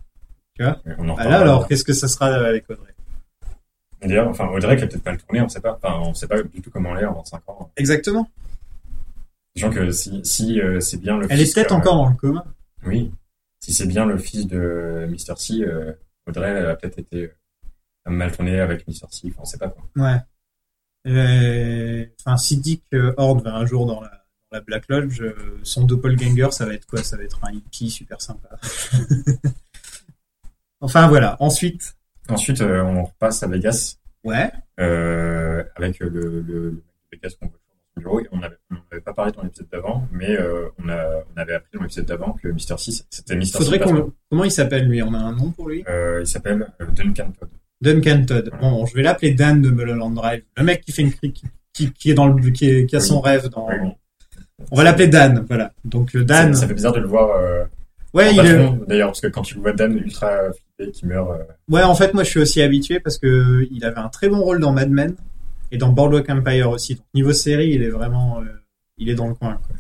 euh, On en Ah là, reparlera. alors, qu'est-ce que ça sera avec Audrey Et D'ailleurs, enfin, Audrey qui a peut-être pas le tourné, on sait pas. Enfin, on sait pas du tout comment elle est en 25 ans. Exactement. Disons que si, si euh, c'est bien le Elle fils. est peut-être que- encore dans le coma. Oui. Si c'est bien le fils de Mr. C, euh, Audrey elle a peut-être été euh, mal tournée avec Mr. C. Enfin, on sait pas quoi. Ouais. Euh, Enfin, si Dick euh, Horde va un jour dans la, dans la Black Lodge, euh, son doppelganger, ça va être quoi Ça va être un hippie super sympa. [LAUGHS] enfin, voilà. Ensuite, Ensuite, euh, on repasse à Vegas, ouais. euh, avec le, le, le mec de Vegas qu'on voit toujours dans son bureau. Et on avait, on n'avait pas parlé dans l'épisode d'avant, mais euh, on, a, on avait appris dans l'épisode d'avant que Mr. C, c'était Mr. Faudrait C. qu'on. Comment il s'appelle lui On a un nom pour lui Euh, il s'appelle euh, Duncan Todd. Duncan Todd. Voilà. Bon, je vais l'appeler Dan de Mulholland Drive. Le mec qui fait une cri- qui, qui, qui est dans le qui, qui a son Oui. rêve dans. Oui, oui. On va l'appeler Dan. Voilà. Donc euh, Dan. Ça, ça fait bizarre de le voir. Euh, Ouais, en il est- patron, D'ailleurs, parce que quand tu vois Dan ultra flippé qui meurt, euh, Ouais, en fait, moi, je suis aussi habitué parce que il avait un très bon rôle dans Mad Men et dans Boardwalk Empire aussi. Donc, niveau série, il est vraiment, euh, il est dans le coin. quoi.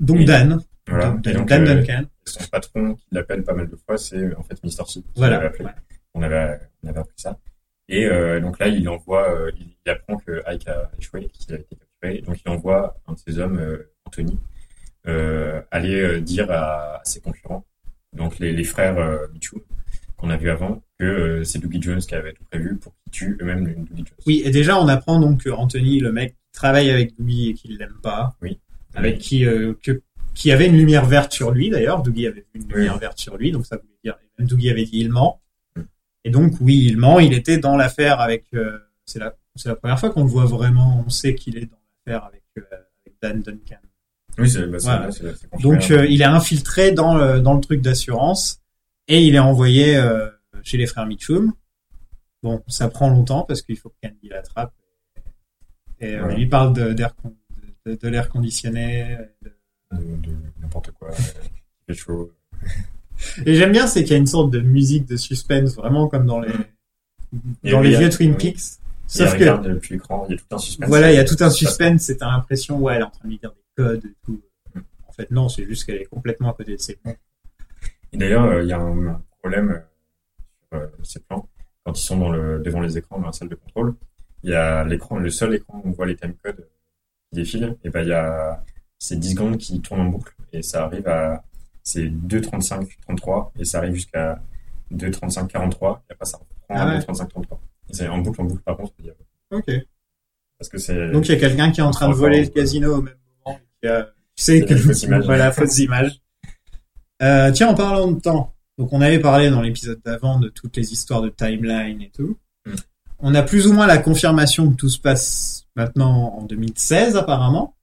Donc Et- Dan, voilà. Dan, Et donc, Dan euh, Duncan, son patron qui l'appelle pas mal de fois, c'est euh, en fait Mr. C. On voilà. avait appelé- On, avait, on avait appris ça. Et euh, donc là, il envoie, euh, il, il apprend que Ike a échoué, qu'il a été capturé. Donc il envoie un de ses hommes, euh, Anthony, euh, aller euh, dire à, à ses concurrents, donc les, les frères euh, Mitchum, qu'on a vu avant, que euh, c'est Dougie Jones qui avait tout prévu pour qu'ils tuent eux-mêmes Dougie Jones. Oui, et déjà, on apprend donc que Anthony, le mec, travaille avec Dougie et qu'il l'aime pas, avec qui, euh, que, qui avait une lumière verte sur lui d'ailleurs. Dougie avait une lumière verte sur lui, donc ça voulait dire. et Même Dougie avait dit il ment. Et donc, oui, il ment. Il était dans l'affaire avec. euh, c'est la, c'est la première fois qu'on le voit vraiment. On sait qu'il est dans l'affaire avec, euh, avec Dan Duncan. Oui, c'est bah, c'est- Voilà. c'est- c'est confirmé, Donc hein. euh, il est infiltré dans le, dans le truc d'assurance et il est envoyé euh, chez les frères Mitchum. Bon, ça prend longtemps parce qu'il faut que Candy l'attrape. Et euh, Voilà. on lui parle de, d'air con- de, de l'air conditionné. de- hein. de, de [LAUGHS] n'importe quoi. euh, il fait chaud. Et j'aime bien, c'est qu'il y a une sorte de musique de suspense, vraiment comme dans les, Mm. Et dans oui, il les y a- vieux Twin oui. Peaks. il Sauf que, regarde depuis l'écran, il y a tout un suspense. voilà, il y a tout un Ça se passe. suspense, c'est t'as l'impression, ouais, elle est en train de lui dire des codes et tout. En fait, non, c'est juste qu'elle est complètement à côté de ses plans. Et d'ailleurs, euh, il y a un, un problème euh, sur euh, ces plans. Quand ils sont dans le, devant les écrans, dans la salle de contrôle, il y a l'écran, le seul écran où on voit les timecodes qui défilent, et ben il y a ces 10 secondes qui tournent en boucle, et ça arrive à, c'est 2.35, 33, et ça arrive jusqu'à 2.35, 43, et après ça reprend Ah ouais. à 2.35, 33. Et c'est en boucle, en boucle, par contre, il y a- Ok. parce que c'est... Donc il y a quelqu'un qui est en train de voler le casino au même moment. Il y a- Tu sais Il y a que des fausses images. voilà fausses images. Euh, tiens, en parlant de temps, donc on avait parlé dans l'épisode d'avant de toutes les histoires de timeline et tout. Mm. On a plus ou moins la confirmation que tout se passe maintenant en 2016 apparemment.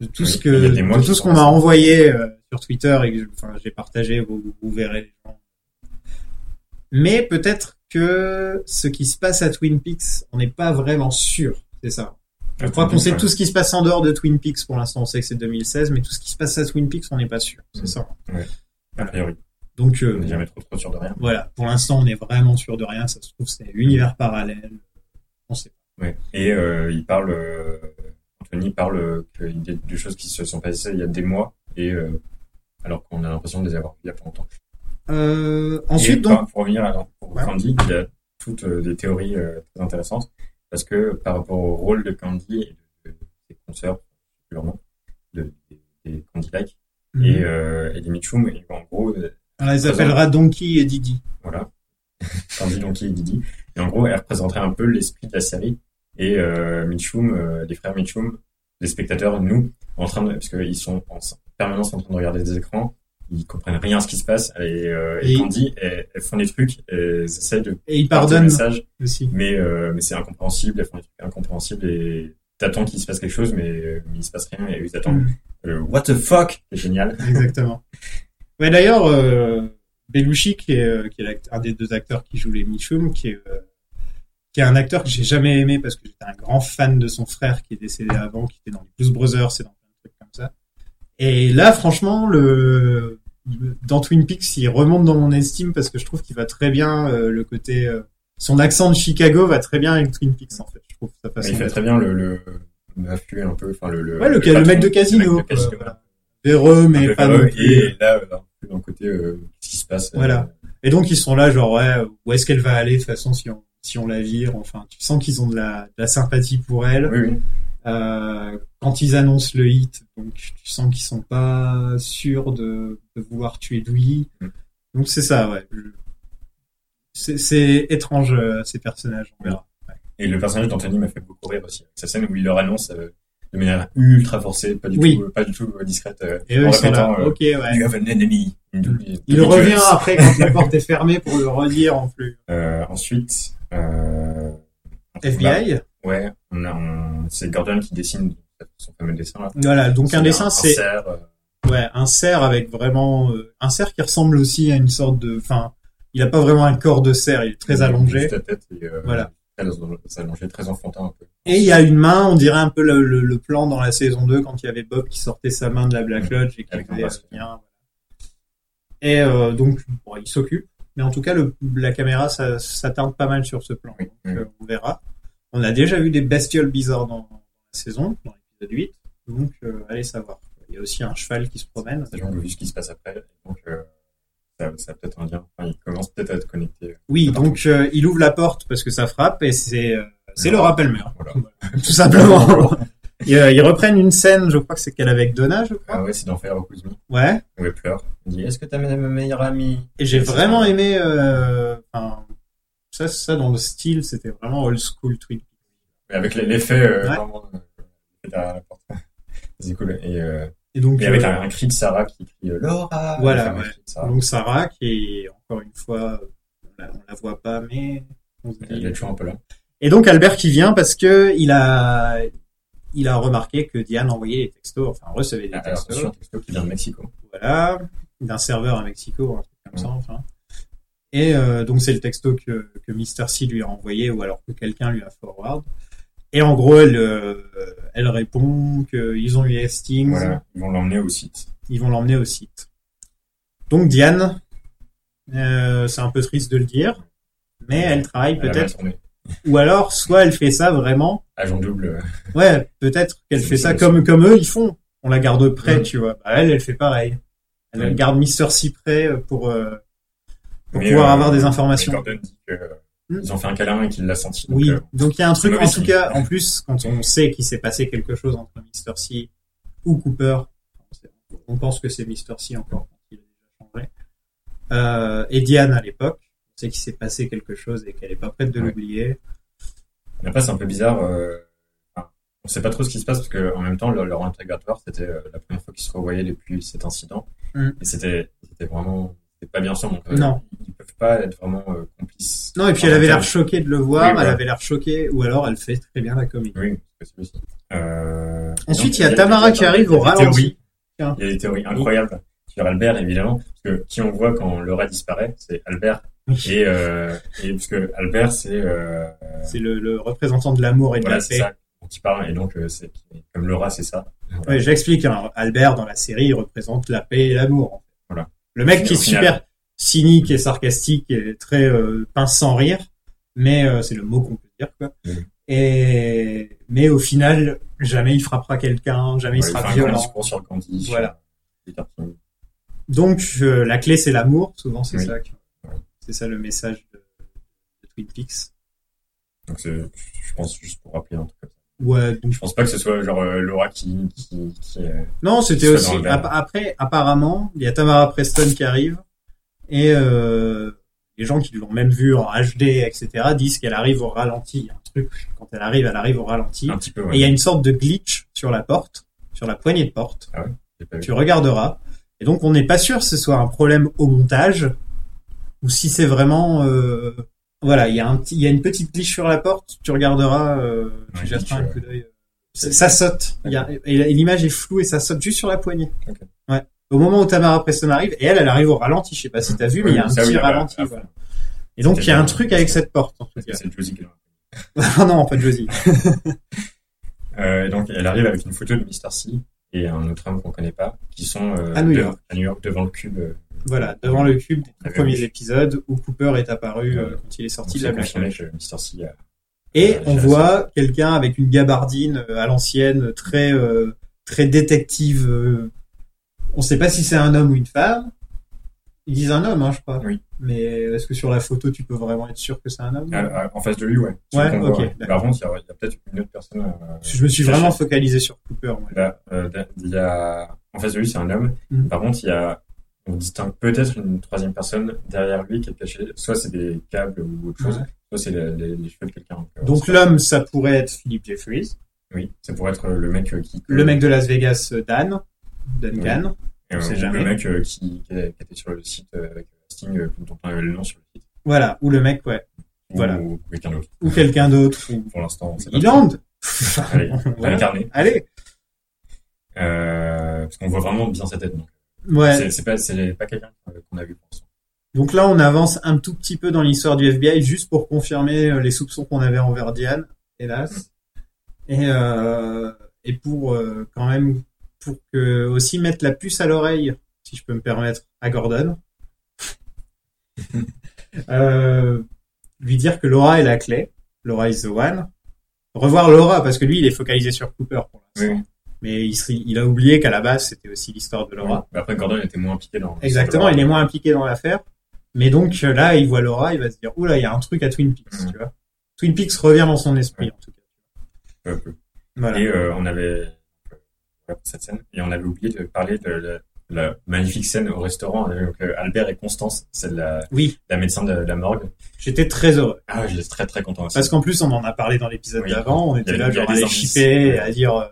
De tout Oui, ce il y que a des mois de qui tout ce sont qu'on m'a passés. envoyé euh, sur Twitter et que je- enfin, j'ai partagé, vous, vous verrez les gens. Mais peut-être que ce qui se passe à Twin Peaks, on n'est pas vraiment sûr, c'est ça. Je crois qu'on sait tout ce qui se passe en dehors de Twin Peaks pour l'instant. On sait que c'est 2016, mais tout ce qui se passe à Twin Peaks, on n'est pas sûr. C'est Mm. ça. A priori, Donc euh, on n'est jamais trop, trop sûr de rien. voilà, pour l'instant, on est vraiment sûr de rien. Ça se trouve, c'est univers parallèle. On sait pas. Ouais. Et euh, il parle, euh, Anthony parle euh, qu'il y a des choses qui se sont passées il y a des mois, et euh, alors qu'on a l'impression de les avoir vues il y a pas longtemps. Euh, Et ensuite, donc, par- pour revenir à pour Ouais. Candy, il y a toutes euh, des théories euh, très intéressantes, parce que par rapport au rôle de Candy et de, de ses consoeurs, sûrement, de, des- des Candy Like, Mhm. et, euh, et des Mitchum, et en gros, euh, on les appellera ah, Donkey et Didi. voilà. Candy, Donkey et Didi. Et en gros, elle représenterait un peu l'esprit de la série. Et euh, Mitchum, euh, les frères Mitchum, les spectateurs, nous, en train de, parce qu'ils sont en en permanence en train de regarder des écrans ils comprennent rien à ce qui se passe et, euh, Et- et Candy elles, elles font des trucs elles essayent de Et il porter le pardonne message aussi. mais euh, mais c'est incompréhensible elles font des trucs incompréhensibles et t'attends qu'il se passe quelque chose mais, euh, mais il se passe rien et ils attendent Mm. Euh, what the fuck c'est génial Exactement. Mais d'ailleurs, euh, Belushi, qui est, euh, qui est l'act- un des deux acteurs qui joue les Michum, qui est, euh, qui est un acteur que j'ai jamais aimé parce que j'étais un grand fan de son frère qui est décédé avant, qui était dans les Blues Brothers, c'est dans plein de trucs comme ça. Et là, franchement, le, le- dans Twin Peaks, il remonte dans mon estime parce que je trouve qu'il va très bien euh, le côté. euh, son accent de Chicago va très bien avec Twin Peaks, en fait. Je trouve sa Mais façon il fait d'être. très bien le le mafieux un peu enfin le le Ouais, le, le, patron, mec de casino. le mec de casino, quoi, voilà. voilà. Véreux, Un mais peu pas véreux, non plus. et là euh, dans le côté euh, qu'est-ce qui se passe euh, Voilà. Et donc ils sont là, genre ouais, où est-ce qu'elle va aller de toute façon si on si on la vire. Enfin, tu sens qu'ils ont de la, de la sympathie pour elle. oui, oui. Euh, quand ils annoncent le hit, donc tu sens qu'ils sont pas sûrs de, de vouloir tuer Dewey. Mm. Donc c'est ça, ouais. Je- C'est, c'est étrange euh, ces personnages. On verra. Et le personnage d'Anthony m'a fait beaucoup rire aussi. Sa scène où il leur annonce euh, de manière ultra forcée, pas du Oui. tout, pas du tout euh, discrète. euh, Et eux en ils sont là. répétant, euh, ok, ouais. You have an enemy. Il [LAUGHS] revient après quand la porte est fermée pour le redire en plus. Euh, ensuite, euh, FBI. on a- ouais, on a, on- c'est Gordon qui dessine son fameux dessin là. Voilà. Donc C'est un dessin, c'est cerf, euh, Ouais, un cerf avec vraiment euh, un cerf qui ressemble aussi à une sorte de. Enfin, il a pas vraiment un corps de cerf, il est très allongé. juste la tête et, euh, Voilà. Très allongé, très enfantin un peu. Et il y a une main, on dirait un peu le, le- le plan dans la saison 2 quand il y avait Bob qui sortait sa main de la Black Lodge et qui Avec un faisait, bracelet. euh, bien, voilà. Et euh, donc, bon, il s'occupe. Mais en tout cas, le, la caméra ça- s'attarde pas mal sur ce plan. Oui. Donc, euh, on verra. On a déjà vu des bestioles bizarres dans, dans la saison, dans l'épisode 8. Donc, euh, allez savoir. Il y a aussi un cheval qui se promène. Et on a vu ce qui se passe après. Donc, euh, ça, ça a peut-être un lien. Enfin, il commence peut-être à être connecté. Oui, Pardon. donc euh, il ouvre la porte parce que ça frappe et c'est euh, c'est Laura Palmer, [LAUGHS] Voilà. tout simplement. [LAUGHS] ils, euh, ils reprennent une scène, je crois que c'est qu'elle avec Donna, je crois. Ah ouais, c'est d'enfer au Kuzmi. Ouais. Où elle pleure. Elle dit Est-ce que t'as ma ma meilleure amie Et j'ai vraiment aimé. euh, enfin, ça, ça dans le style, c'était vraiment old school Twin. Peaks. Mais avec l'effet euh, Ouais. vraiment euh, derrière la porte. [LAUGHS] C'est cool. Et, euh, Et donc, et avec euh, un, un cri de Sarah qui crie euh, Laura Voilà, Enfin, un ouais. cri de Sarah. donc Sarah qui est encore une fois, on la, on la voit pas, mais on se Elle dit. euh. est toujours un peu là. Et donc Albert qui vient parce que il a il a remarqué que Diane envoyait des textos, enfin recevait des Ah, Alors, c'est textos. sûr, un texto qui vient de Mexico. voilà, d'un serveur à Mexico, un truc comme ça, enfin. Et euh, donc c'est le texto que, que Mr. C lui a envoyé ou alors que quelqu'un lui a forward. Et en gros, elle, euh, elle répond qu'ils ont eu Hastings, Voilà. Ils vont l'emmener au site. ils vont l'emmener au site. Donc Diane, euh, c'est un peu triste de le dire, mais elle travaille À Ah, la peut-être, matinée. ou alors soit elle fait ça vraiment Agent double. euh, Ouais, peut-être qu'elle C'est fait une ça solution. comme, comme eux, ils font. On la garde près, Ouais. tu vois. Bah, elle, elle fait pareil. Elle, elle Ouais. garde Mister C près euh, pour, euh, pour mais, pouvoir euh, avoir des mais informations. Gordon dit que, euh, Hmm. Ils ont fait un câlin et qu'il l'a senti. Donc, Oui, euh, donc il y a un truc, c'est en mauvais tout signe. cas, en plus, quand on sait qu'il s'est passé quelque chose entre Mister C ou Cooper, on pense que c'est Mister C encore, il a déjà changé, euh, et Diane à l'époque, on sait qu'il s'est passé quelque chose et qu'elle est pas prête de Ouais. l'oublier. mais après, c'est un peu bizarre. euh, enfin, on sait pas trop ce qui se passe parce que en même temps, leur, leur interrogatoire, c'était euh, la première fois qu'ils se revoyaient depuis cet incident. Hmm. Et c'était c'était vraiment c'était pas bien sûr. Donc, euh, Non. Ils peuvent pas être vraiment euh, complices. Non, et puis elle avait l'air Enfin, choquée de le voir, bah, Oui, elle bah. avait l'air choquée, ou alors elle fait très bien la comédie. Oui, c'est possible aussi. Euh, Ensuite, donc, il y a Tamara qui arrive au il y a des ralenti. théories. Il y a des théories incroyables sur Albert, évidemment, parce que qui on voit quand Laura disparaît, c'est Albert. Et, euh, et parce que Albert, c'est euh, C'est le, le représentant de l'amour et de voilà, la c'est paix. ça dont il parle, et donc euh, c'est comme Laura, c'est ça. Voilà. Ouais, J'explique. hein. Albert dans la série il représente la paix et l'amour. Voilà. Le mec Au qui est final. super cynique et sarcastique et très euh, pince sans rire, mais euh, c'est le mot qu'on peut dire quoi. Mhm. Et mais au final, jamais il frappera quelqu'un, jamais Ouais, il il fait un sera grand violent. discours sur Gandhi, sur Voilà. Peter King. Donc euh, la clé c'est l'amour. Souvent c'est Oui. ça. que- Ouais. C'est ça le message de, de Twin Peaks. Donc c'est, je pense juste pour rappeler un truc comme ça. Ouais, euh, donc Je pense pas que ce soit genre euh, Laura qui qui, qui euh, Non, c'était Ça aussi. dans le verre. ap- après, apparemment, il y a Tamara Preston qui arrive et euh, les gens qui l'ont même vue en HD, etc., disent qu'elle arrive au ralenti. Il y a Un truc, quand elle arrive, elle arrive au ralenti. un petit peu. Et Ah, Ouais, il y a une sorte de glitch sur la porte, sur la poignée de porte. j'ai pas vu. Tu regarderas. Et donc on n'est pas sûr que ce soit un problème au montage ou si c'est vraiment euh, voilà, il y a un petit- il y a une petite glitch sur la porte, tu regarderas euh, tu Ouais, jetteras un glitch, coup d'œil. Ça, ça saute. Il y a- et la- et l'image est floue et ça saute juste sur la poignée. Ok. Ouais. Au moment où Tamara Preston arrive, et elle, elle arrive au ralenti. Je sais pas si t'as vu, mais il y a un Oui, ça, petit oui, là, ralenti. là, voilà. Et donc il y a un truc avec cette porte. En tout parce que cas. c'est le Josie qui l'a. [LAUGHS] ah non, pas de Josie. Euh, et donc, elle arrive avec une photo de Mr. C et un autre homme qu'on connaît pas, qui sont euh, À New de- York. à New York devant le cube. euh, Voilà, devant le cube des La tout premiers vache. épisodes où Cooper est apparu euh, Ah, Ouais. quand il est donc sorti de c'est la Black confirmé que Mr. C a- Et Euh, on j'ai voit quelqu'un avec une gabardine euh, à l'ancienne, très euh, très détective. euh. On ne sait pas si c'est un homme ou une femme. Ils disent un homme, hein, je crois. Oui. Mais est-ce que sur la photo, tu peux vraiment être sûr que c'est un homme Ah, ah, en face de lui, ouais. Ouais, Qu'on ok, voit, d'accord. Par contre, il y a, il y a peut-être une autre personne. euh, Parce que Je me suis cachée. vraiment focalisé sur Cooper. moi. Là, euh, da- il y a... En face de lui, c'est un homme. Mhm. Par contre, il y a... on distingue peut-être une troisième personne derrière lui qui est cachée. Soit c'est des câbles ou autre chose, Ouais. soit c'est la- les, les cheveux de quelqu'un. Donc, euh, Donc c'est- l'homme, ça pourrait être Philip Jeffries, Oui, ça pourrait être le mec euh, qui. le mec de Las Vegas, euh, Dan, Duncan. euh, on sait ou jamais. Le mec euh, qui, qui est- qui était sur le site euh, avec Sting, euh, dont on a le nom sur le site. Voilà, ou le mec, ouais, Ou- Voilà. Ou quelqu'un d'autre. ou quelqu'un d'autre. ou- Pour l'instant, on sait pas. Leland. Allez, on va [LAUGHS] Voilà. l'incarner. Allez, Euh, parce qu'on voit vraiment bien sa tête. donc. ouais. C'est- C'est pas, c'est pas quelqu'un euh, qu'on a vu pour l'instant. Donc là, on avance un tout petit peu dans l'histoire du FBI juste pour confirmer euh, les soupçons qu'on avait envers Diane, hélas. Et, euh, et pour euh, quand même, pour que aussi mettre la puce à l'oreille, si je peux me permettre, à Gordon. Euh, lui dire que Laura est la clé. Laura is the one. Revoir Laura, parce que lui, il est focalisé sur Cooper pour l'instant. Oui. Mais il, serait- il a oublié qu'à la base, c'était aussi l'histoire de Laura. Mais après, Gordon était moins impliqué dans. Exactement, il est moins impliqué dans l'affaire. Mais donc euh, là, il voit Laura, il va se dire Oula, il y a un truc à Twin Peaks, Mhm. tu vois. Twin Peaks revient dans son esprit, en tout cas. Euh, peu. Voilà. Et euh, on avait voilà pour cette scène et on avait oublié de parler de la, la magnifique scène au restaurant avec euh, Albert et Constance, celle de la, Oui, la médecin de la morgue. j'étais très heureux. Ah, je suis très très content aussi. Parce qu'en plus, on en a parlé dans l'épisode Oui. d'avant, on Il y était a- là, il y a genre, à des les indices. chipper, à dire euh,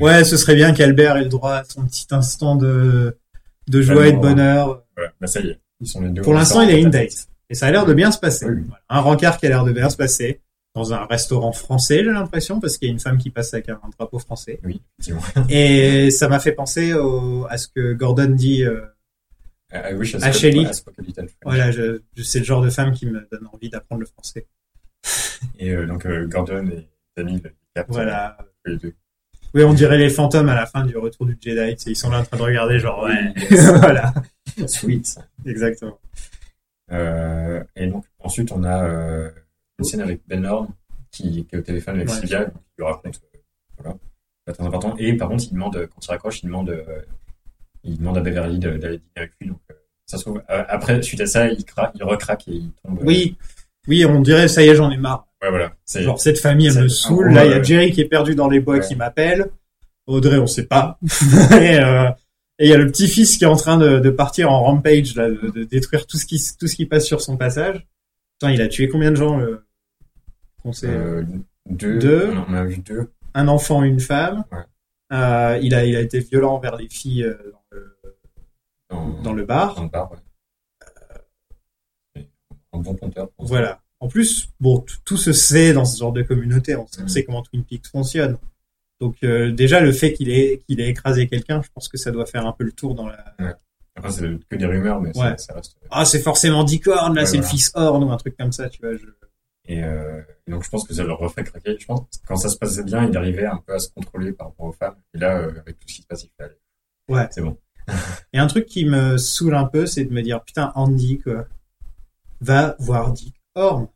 Ouais, ce serait bien qu'Albert ait le droit à son petit instant de, de joie et de Vraiment. bonheur. Voilà. Bah ça y est, ils sont les deux. Pour au l'instant, il restaurant. a une date. Et ça a l'air de bien se passer. Oui. Voilà. Un rencard qui a l'air de bien se passer. Dans un restaurant français, j'ai l'impression, parce qu'il y a une femme qui passe avec un drapeau français. [LAUGHS] Oui, effectivement. Et ça m'a fait penser au- à ce que Gordon dit. euh, Ah, I wish I Ah, spoke- Shelley. I spoke a little French. voilà, je, je- c'est le genre de femme qui me donne envie d'apprendre le français. Et euh, donc euh, Gordon et Danny le captent, Voilà. euh, les deux. Oui, on dirait les fantômes à la fin du Retour du Jedi. tu sais, Ils sont là en train de regarder, genre ouais. Yes. [LAUGHS] voilà, Sweet. exactement. Euh, et donc ensuite on a euh, une scène avec Ben Horn qui, qui est au téléphone avec Ouais. Sylvia, qui lui raconte euh, voilà, pas très important. Et par contre il demande euh, quand il raccroche, il demande euh, il demande à Beverly de- d'aller dîner avec lui. Donc euh, ça se trouve euh, après suite à ça il craque, il recraque et il tombe. euh, Oui, oui, on dirait ça y est, j'en ai marre. ouais voilà. C'est Genre cette famille, elle C'est- me ah, saoule. ouais, Là, il y a ouais. Jerry qui est perdu dans les bois Ouais. qui m'appelle. Audrey, on sait pas. [LAUGHS] et euh, et il y a le petit-fils qui est en train de, de partir en rampage, là, de, de détruire tout ce, qui, tout ce qui passe sur son passage. Putain, il a tué combien de gens le... qu'on sait, euh, deux. deux. On en a vu deux. Un enfant, une femme. Ouais. Euh, il, a, il a été violent envers les filles euh, dans, le, Dans, dans le dans bar. le bar. Ouais. Et Un bon compteur. je pense. Voilà. En plus, bon, t- tout se sait dans ce genre de communauté. On sait, on Mhm. sait comment Twin Peaks fonctionne. Donc euh, déjà le fait qu'il ait qu'il ait écrasé quelqu'un, je pense que ça doit faire un peu le tour dans la. Après c'est que des rumeurs mais ça, Ouais. ça reste. euh, Ah, c'est forcément Dicorne, là, Ouais, c'est le voilà. fils Horn ou un truc comme ça, tu vois. Je... Et euh, et donc, je pense que ça leur refait craquer. Je pense que quand ça se passait bien, il arrivait un peu à se contrôler par rapport aux femmes. Et là, euh, avec tout ce qui se passe, il fait aller. Ouais. C'est bon. Et un truc qui me saoule un peu, c'est de me dire putain Andy quoi, va voir Dick Horn.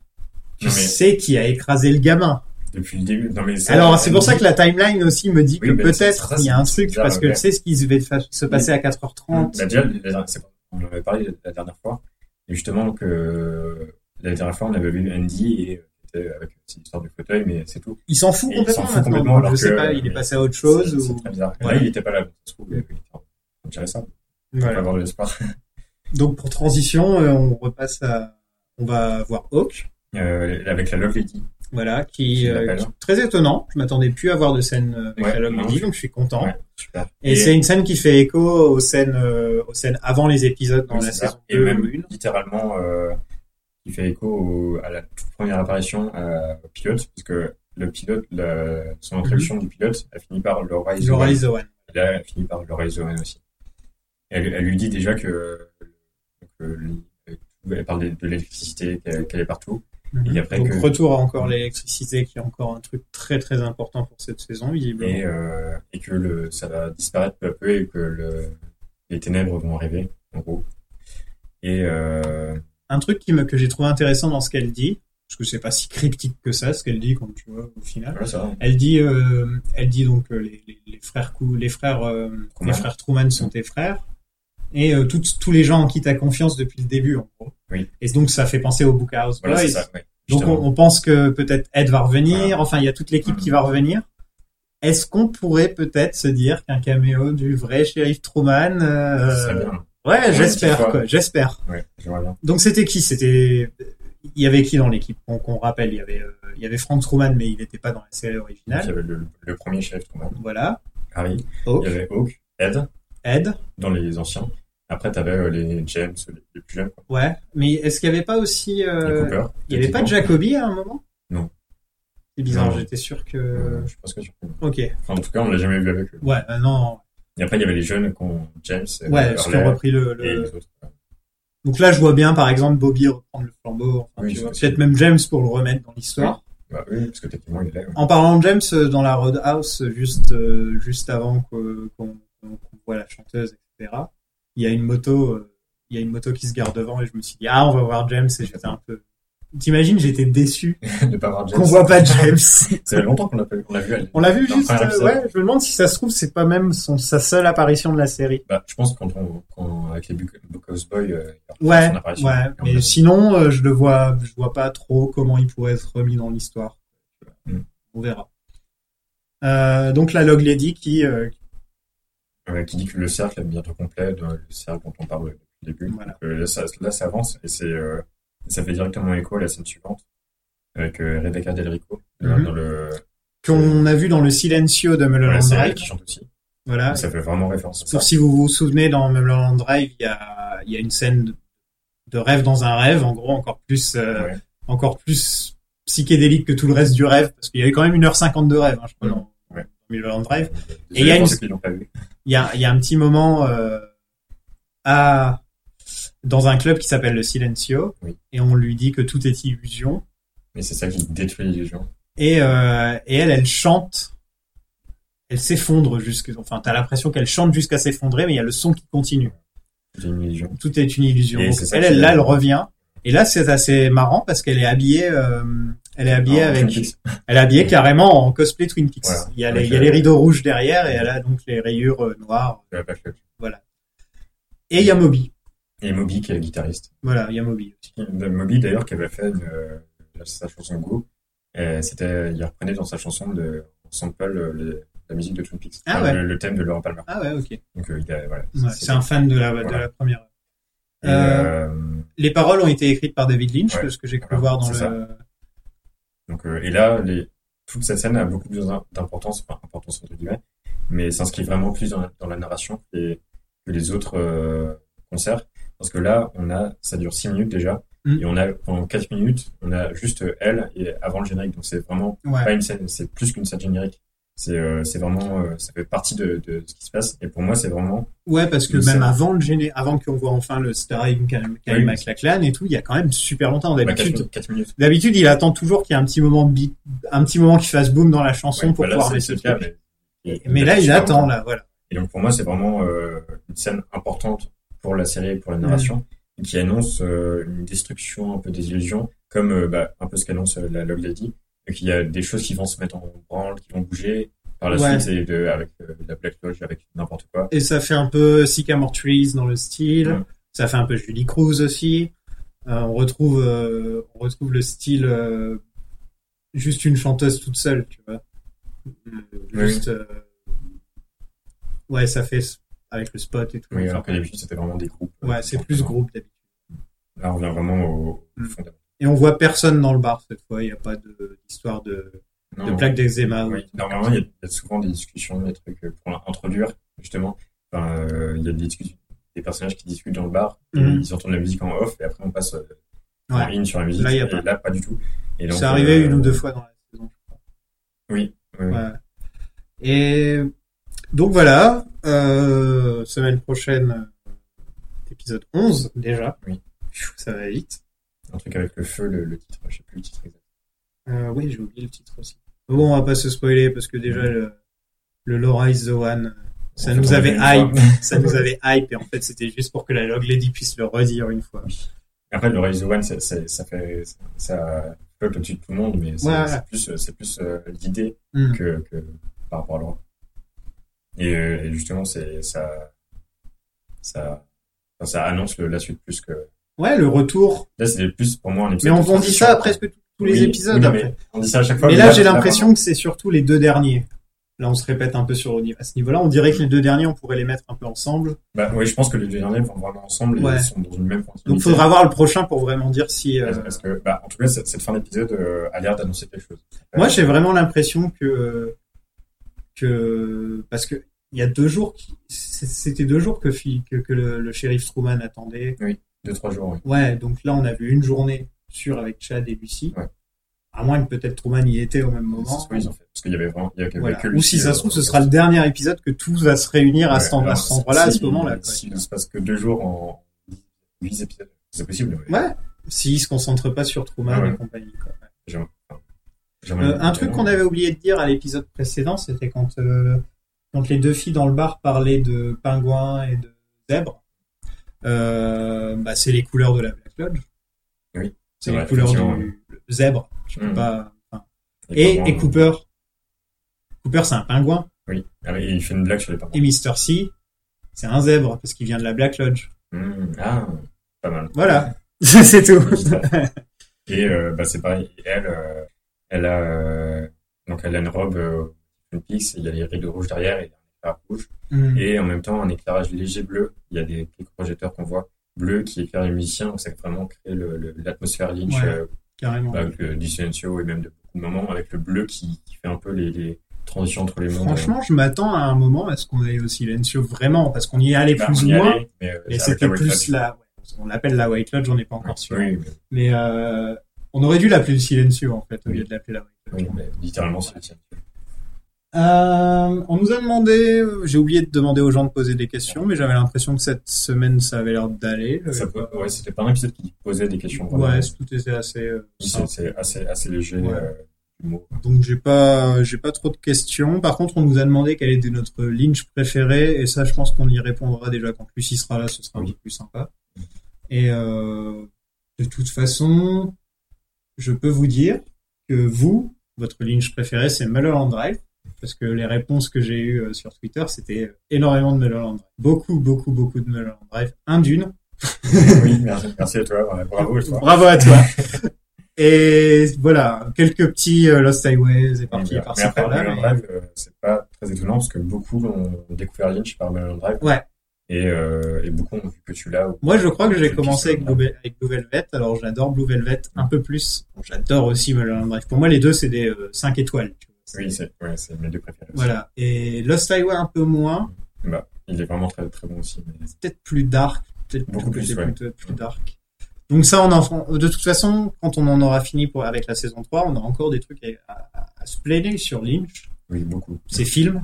Tu Non, mais- sais qui a écrasé le gamin. Depuis le début. Non, mais ça- Alors, c'est pour ça que la timeline aussi me dit Oui, que mais c'est- peut-être ça, il y a un c'est truc, bizarre, parce que ouais. Mm. c'est ce qui se va fa- se passer à 4h30. Bah, déjà, la dernière- c'est- on en avait parlé la dernière fois. Et justement, donc, euh, la dernière fois, on avait vu Andy et euh, c'était avec cette histoire du fauteuil, mais c'est tout. Il s'en fout Il complètement s'en fout maintenant. complètement, alors je sais que- pas, il est passé à autre chose. C'est- C'est Ou... très bizarre. Et Voilà. Là, il était pas là. donc ça se trouve, il- il- On dirait ça. On va Voilà. avoir de l'espoir. Donc, pour transition, euh, on repasse à. On va voir Hawk, Euh, avec la Love Lady. voilà, qui, Qui euh, l'appelle. qui est très étonnant. Je m'attendais plus à voir de scène euh, avec Ouais, la Love non, Lady, je- donc je suis content. Ouais. Je super. Et, c'est une scène qui fait écho aux scènes, euh, aux scènes avant les épisodes dans Oui, la c'est saison ça. et 2 même ou 1. littéralement euh, il fait écho au- à la toute première apparition euh, au pilote parce que le pilote la- son introduction Mhm. du pilote a fini par Laura Laura Isoan Isoan. et là elle finit par Laura Isoan aussi elle, elle lui dit déjà que, que le- elle parle de, de l'électricité qu'elle qu'elle est partout Mhm. Et après Donc que- retour à encore l'électricité qui est encore un truc très très important pour cette saison visiblement. et, euh, et que le, ça va disparaître peu à peu et que le- les ténèbres vont arriver en gros et euh, Un truc qui me, que j'ai trouvé intéressant dans ce qu'elle dit, parce que c'est pas si cryptique que ça ce qu'elle dit quand tu vois au final. voilà ça Elle dit, euh, elle dit donc euh, les, les, les frères Cou- les frères, euh, Truman. les frères Truman sont tes frères, et euh, toutes- tous les gens en qui t'as confiance depuis le début, en gros. Oui. Et donc ça fait penser au Bookhouse voilà c'est Boys. ça ouais. donc on, Justement. on pense que peut-être Ed va revenir. Voilà. Enfin, il y a toute l'équipe Mhm. qui va revenir. Est-ce qu'on pourrait peut-être se dire qu'un caméo du vrai shérif Truman euh, Ça serait bien. Ouais, Ouais, j'espère une petite quoi, j'espère. Ouais, j'aimerais bien. Donc c'était qui C'était il y avait qui dans l'équipe Qu'on qu'on rappelle, il y avait euh, il y avait Frank Truman, mais il n'était pas dans la série Donc, il y originale. avait le, le premier chef qu'on a, Voilà. Harry. Hawk. Il y avait Hawk, Ed, Ed, dans les anciens. Après, t'avais euh, les James, les, les plus jeunes, quoi. ouais. Mais est-ce qu'il n'y avait pas aussi. Les euh, Cooper. il n'y avait pas Jacoby à un moment Non. C'est bizarre, Non. j'étais sûr que. Euh, je pense que tu... enfin, Ok. En tout cas, on l'a jamais vu avec eux. Ouais, euh, non. Et après, il y avait les jeunes qu'on James, euh, Ouais, euh, ce qui ont Hurley repris le. le- et les autres. euh, quoi. Donc là, je vois bien, par exemple, Bobby reprendre le flambeau. Enfin, Oui, tu c'est vois, possible. Peut-être même James pour le remettre dans l'histoire. Bah oui, parce que techniquement, il est là. ouais. En parlant de James euh, dans la Roadhouse, euh, juste, euh, juste avant que- qu'on qu'on- qu'on voit la chanteuse, etc., il y a une moto, euh, il y a une moto qui se gare devant et je me suis dit, ah, on va voir James et j'étais un peu. T'imagines, j'étais déçu [LAUGHS] De pas voir James. qu'on voit pas James. [LAUGHS] Ça fait longtemps qu'on l'a pas vu. On l'a vu, elle. On l'a vu Dans juste, le premier euh, épisode. ouais, je me demande si ça se trouve, c'est pas même son, sa seule apparition de la série. Bah, je pense quand on, quand, avec les Book- Bookhouse Boys, euh, il y a Ouais, son apparition. ouais, Et on l'a mais vu. sinon, euh, je le vois, je vois pas trop comment il pourrait être remis dans l'histoire. Mm. On verra. Euh, donc la Log Lady qui, euh, Euh, qui dit que le cercle est bientôt complet, de- le cercle dont on parle depuis le début. Voilà. Donc, euh, là, ça, là, ça avance et c'est, euh, ça fait directement écho à la scène suivante avec euh, Rebecca Del Rico dans- Mhm. dans le qu'on a vu dans le Silencio de dans la Mulholland série Drive. qui chante aussi. Voilà. Ça fait vraiment référence à ça. Sauf si vous vous souvenez, dans Mulholland Drive, il y a, il y a une scène de, de rêve dans un rêve, en gros, encore plus, euh, Ouais. encore plus psychédélique que tout le reste du rêve, parce qu'il y avait quand même 1h50 de rêve, hein, je crois, dans Mm. Ouais. Mulholland Drive. Désolé il y a pour une- ceux qui l'ont pas vu. Il y a, il y a un petit moment euh, à, dans un club qui s'appelle le Silencio, Oui. et on lui dit que tout est illusion, Mais c'est ça qui détruit les gens. et, euh, et elle, elle chante. Elle s'effondre jusque, enfin, t'as l'impression qu'elle chante jusqu'à s'effondrer, mais il y a le son qui continue. J'ai une illusion. tout est une illusion. Et Donc, c'est ça elle, qui elle, là, est- elle revient. Et là, c'est assez marrant parce qu'elle est habillée, euh, elle est habillée Alors, avec, Twin Peaks. elle est habillée carrément en cosplay Twin Peaks. Voilà. Il y a les, Avec, il y a euh, les rideaux rouges derrière et elle a donc les rayures euh, noires. Ouais, pas que- Et il y a Moby. Et Moby qui est guitariste. Voilà, il y a Moby aussi. Moby d'ailleurs qui avait fait euh, sa chanson Go. Euh, C'était, il reprenait dans sa chanson de en sample euh, le- la musique de Twin Peaks. Ah Enfin, ouais. le, le thème de Laurent Palmer. Ah ouais, ok. Donc euh, il a, voilà. Ouais, c'est un fan de la, de Voilà. la première. Et, euh, Les paroles ont été écrites par David Lynch, Ouais, parce que j'ai cru voilà, voir dans le. c'est donc, euh, et là, les, toute cette scène a beaucoup plus d'im- d'importance, enfin, importance entre guillemets, mais s'inscrit vraiment plus dans la, dans la narration que les, que les autres euh, concerts. Parce que là, on a, ça dure 6 minutes déjà, Mm. et on a, pendant 4 minutes, on a juste euh, elle et avant le générique. Donc c'est vraiment Ouais. pas une scène, c'est plus qu'une scène générique. C'est euh, c'est vraiment, euh, ça fait partie de, de ce qui se passe. Et pour moi, c'est vraiment ouais, parce que Une même scène. avant le géné, avant qu'on voit enfin le starring Kyle Oui. Kyle MacLachlan et tout, il y a quand même super longtemps. D'habitude, 4, minutes. D'habitude, il attend toujours qu'il y ait un petit moment bi- un petit moment qui fasse boom dans la chanson Ouais, pour bah là, pouvoir c'est- mettre c'est ce le cas, truc. mais- Mais là, il super attend longtemps. là, voilà. Et donc pour moi, c'est vraiment euh, une scène importante pour la série et pour la narration, Mmh. et qui annonce euh, une destruction un peu des illusions, comme euh, bah, un peu ce qu'annonce euh, la Log Lady, et qu'il y a des choses qui vont se mettre en branle, qui vont bouger par la Ouais. suite, et de, avec euh, la Black Lodge, avec n'importe quoi. Et ça fait un peu Sycamore Trees dans le style. Ouais. Ça fait un peu Julie Cruz aussi. Euh, on retrouve euh, on retrouve le style euh, juste une chanteuse toute seule, tu vois. Oui. Juste euh, ouais, ça fait s- avec le spot et tout. Oui, Enfin, alors que d'habitude, c'était vraiment des groupes. euh, Mmh. ouais, c'est plus groupe d'habitude. Là, on revient vraiment au Mm. fondamental. Et on voit personne dans le bar cette fois. Il n'y a pas de- d'histoire de Non, de mais- plaques d'eczéma. Oui, normalement, il y a- il y a souvent des discussions, des trucs euh, pour introduire, justement. Enfin, euh, il y a des, discussions- des personnages qui discutent dans le bar, et Mhm. ils entendent la musique en off, et après on passe euh, Ouais. en ligne sur la musique. Là, il y a et pas. là, pas du tout. Et donc, C'est arrivé euh, une ou deux fois dans la saison. Oui. oui, oui. Ouais. Et donc voilà, euh, semaine prochaine, euh, épisode 11 déjà. Oui. Pfiou, Ça va vite. Un truc avec le feu, le, le titre, je sais plus le titre exact. Euh, oui, j'ai oublié le titre aussi. Mais Bon, on va pas se spoiler parce que déjà le, le Laura is the One, ça En fait, nous on avait l'a vu une hype. fois. ça nous avait hype et en fait c'était juste pour que la Log Lady puisse le redire une fois. Après, le Rise of One, ça, ça, ça fait, ça flotte au-dessus de tout le monde, mais c'est Ouais. c'est plus, euh, c'est plus euh, l'idée Hmm. que, que par rapport à l'Europe. Et, euh, et justement, c'est ça, ça, enfin, ça annonce le- la suite plus que. Ouais, le retour. Là, c'est plus pour moi un Mais épisode. on, de on dit transition. ça à presque tous tous les Oui, épisodes. oui, après. mais on dit ça à chaque fois. Mais là, j'ai vraiment- l'impression que c'est surtout les deux derniers. Là, on se répète un peu sur au niveau- à ce niveau-là. On dirait que les deux derniers, on pourrait les mettre un peu ensemble. Bah, oui, je pense que les deux derniers vont vraiment ensemble et Ouais. ils sont dans une même continuité. Donc, il faudra voir le prochain pour vraiment dire si. euh, Parce- Parce que, bah, en tout cas, cette, cette fin d'épisode euh, a l'air d'annoncer quelque chose. Euh, Moi, j'ai vraiment l'impression que que parce que il y a deux jours, qui- c'est- c'était deux jours que Phil- que, que le, le shérif Truman attendait. Deux, trois jours, oui. Ouais, donc là, on a vu une journée sûre avec Chad et Lucie. Ouais. À moins que peut-être Truman y était au même Ça se moment. trouve, ils ont fait. Parce qu'il y avait vraiment, il y avait Voilà. que Ou si Lucie, ça euh, se trouve, ce sera le dernier épisode que tout va se réunir à Ouais, cet en- à alors, cet endroit-là, à si- ce moment-là. quoi. S'il ne se passe que deux jours en 10 épisodes, c'est possible. ouais. Ouais. S'ils se concentrent pas sur Truman Ah ouais. et compagnie. quoi. J'aimerais Euh, bien un dire, truc euh, qu'on avait oublié de dire à l'épisode précédent, c'était quand, euh, quand les deux filles dans le bar parlaient de pingouins et de zèbres. Euh, bah, c'est les couleurs de la Black Lodge. Oui, C'est c'est les vrai, couleurs effectivement, du le zèbre. Tu peux Mhm. pas- enfin, les Et, parents, et Cooper. Cooper, c'est un pingouin. Oui, Ah oui, il fait une blague sur les parents. Et Mister C, c'est un zèbre parce qu'il vient de la Black Lodge. Mmh, ah, pas mal. [LAUGHS] Voilà. c'est tout. [LAUGHS] Et euh, bah, c'est pareil, elle, euh, elle, a, euh, donc elle a une robe euh, Twin Peaks, il y a les rideaux rouges derrière et il y a un éclairage rouge. Mhm. Et en même temps, un éclairage léger bleu. Il y a des quelques projecteurs qu'on voit bleus qui éclairent les musiciens, donc ça vraiment crée le- le- l'atmosphère Lynch Ouais. euh, Carrément. avec le Dicencio et même de beaucoup de moments avec le bleu qui, qui fait un peu les, les transitions entre les mondes. Euh, Franchement, je m'attends à un moment à ce qu'on aille au silencio vraiment, parce qu'on y est allé Euh, bah, plus on ou y moins. allait, mais, euh, Et c'est avec c'était la White plus Lodge. la, on l'appelle la White Lodge, on n'est pas encore sûr. Oui, mais, Mais euh, on aurait dû l'appeler le Silencio en fait, au Oui. lieu de l'appeler la White Lodge. oui, mais littéralement, c'est le tien. Ah Euh, on nous a demandé, euh, j'ai oublié de demander aux gens de poser des questions, mais j'avais l'impression que cette semaine ça avait l'air d'aller. J'avais Ça pas- peut- ouais, c'était pas un épisode qui posait des questions. vraiment. ouais, c'est- tout était assez. euh, c'est simple. c'est assez, assez léger. Ouais. euh, du mot. Donc j'ai pas, j'ai pas trop de questions. Par contre, on nous a demandé quelle était notre Lynch préférée, et ça, je pense qu'on y répondra déjà quand Lucie sera là, ce sera un Oui. peu plus sympa. Et euh, de toute façon, je peux vous dire que vous, votre Lynch préférée, c'est Mulholland Drive, parce que les réponses que j'ai eues euh, sur Twitter, c'était énormément de Mulholland Drive, beaucoup, beaucoup, beaucoup de Mulholland Drive, un d'une. oui, merci, merci à toi. ouais, Bravo à toi. Bravo à [LAUGHS] toi. Et voilà, quelques petits euh, Lost Highways et partis Mais par-ci après, par-là. Mulholland mais- Drive, euh, c'est pas très étonnant parce que beaucoup ont découvert Lynch par Mulholland Drive. Ouais. Et, euh, et beaucoup ont vu que tu l'as. ou- Moi, je crois que j'ai ou- commencé avec ou- Blue, Vel- avec Blue Velvet. Alors, j'adore Blue Velvet un peu plus. Bon, j'adore aussi Mulholland Drive. Pour moi, les deux, c'est des 5 étoiles. tu vois. Oui, c'est ouais, c'est mes deux préférés. Voilà. Et Lost Highway un peu moins. Bah, il est vraiment très, très bon aussi. mais- C'est Peut-être plus dark. Peut-être Beaucoup peut-être plus, ouais. plutôt- plus dark. Donc ça, on en fera- de toute façon, quand on en aura fini pour, avec la saison 3, on aura encore des trucs à, à- à se plaigner sur Lynch. Oui, beaucoup. Ses films,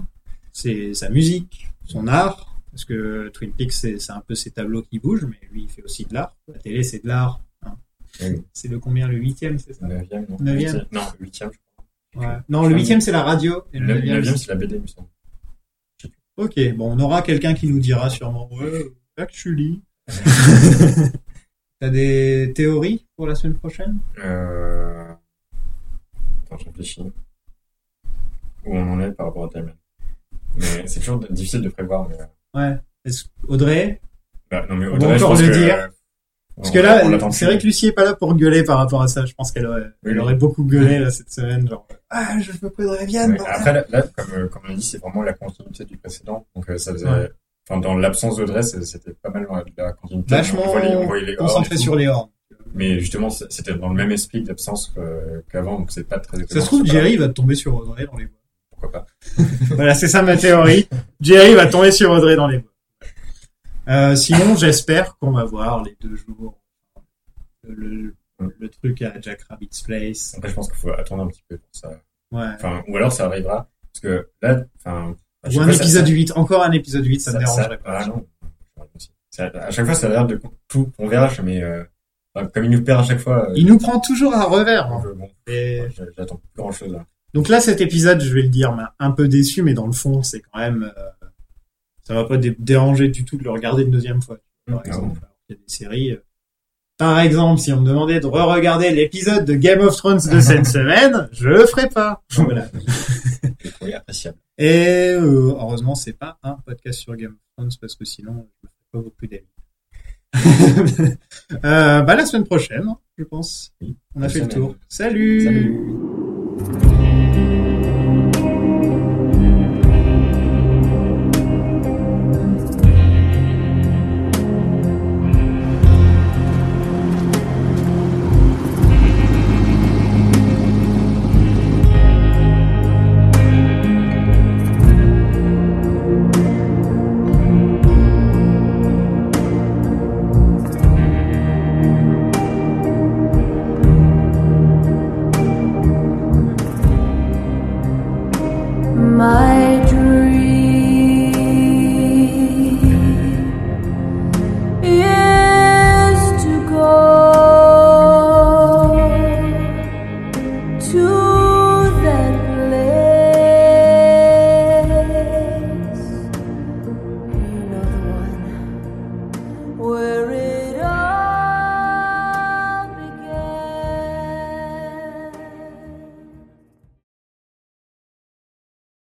ses, sa musique, son art. Parce que Twin Peaks, c'est c'est un peu ses tableaux qui bougent, mais lui, il fait aussi de l'art. La télé, c'est de l'art. hein. Oui. C'est le combien Le huitième, c'est ça Neuvième, non Neuvième. Huitième. Non, huitième, je crois. Ouais. Non, le huitième, c'est la radio. Et le Le neuvième, neuvième, c'est- c'est la BD, il me semble. Ok, bon, on aura quelqu'un qui nous dira sûrement. Ouais, [LAUGHS] actually. T'as des théories pour la semaine prochaine Euh... Attends, je réfléchis. Où on en est par rapport à Timeline. Mais c'est toujours difficile de prévoir. Mais... euh, Ouais. Est-ce- Audrey Bah, non, mais On Audrey, va je encore pense le que, dire. euh, Parce on- que on là, l'attend c'est plus. vrai que Lucie est pas là pour gueuler par rapport à ça. Je pense qu'elle aurait, elle oui. aurait beaucoup gueulé là cette semaine. Genre, ah, je veux plus de Révienne. Ouais, bordel. Après, là, là, comme, euh, comme on l'a dit, c'est vraiment la continuité du précédent. Donc, euh, ça faisait. Ouais. Enfin, dans l'absence d'Audrey, c'est- c'était euh, pas mal dans la- la continuité. Vachement On voit les- on voit les hordes et Concentré tout. sur les hordes. Mais justement, c- c'était dans le même esprit d'absence que- qu'avant, donc c'est pas très Ça exactement. se trouve, c'est pas- Jerry va tomber sur Audrey dans les bois. Pourquoi pas. [LAUGHS] Voilà, c'est ça ma théorie. Jerry va tomber sur Audrey dans les bois. Euh, sinon, j'espère qu'on va voir les deux jours euh, le, le- le truc à Jack Rabbit's Place. Après, je pense qu'il faut attendre un petit peu pour ça. Ouais. Enfin, ou alors ça arrivera. Parce que là, enfin. à chaque Ou un fois, ça- épisode ça- 8, encore un épisode 8, ça, me dérangerait pas. ah non. Ça- à chaque fois, ça a l'air de tout converge, mais euh, enfin, comme il nous perd à chaque fois, euh, Il nous prend toujours à revers. hein. je- bon, Et- je- j'attends plus hein. grand chose. Donc là, cet épisode, je vais le dire, m'a un peu déçu, mais dans le fond, c'est quand même, euh, ça m'a pas dé- dérangé du tout de le regarder une deuxième fois. Par Ah exemple, alors qu'il y a des séries. euh, Par exemple, si on me demandait de re-regarder l'épisode de Game of Thrones de [LAUGHS] cette semaine, je le ferais pas. Voilà. J'ai trouvé appréciable. Et euh, heureusement, c'est pas un podcast sur Game of Thrones parce que sinon, je me ferais pas beaucoup [LAUGHS] d'amis. Euh, bah la semaine prochaine, je pense. On a Bonne fait le semaine. tour. Salut. Salut.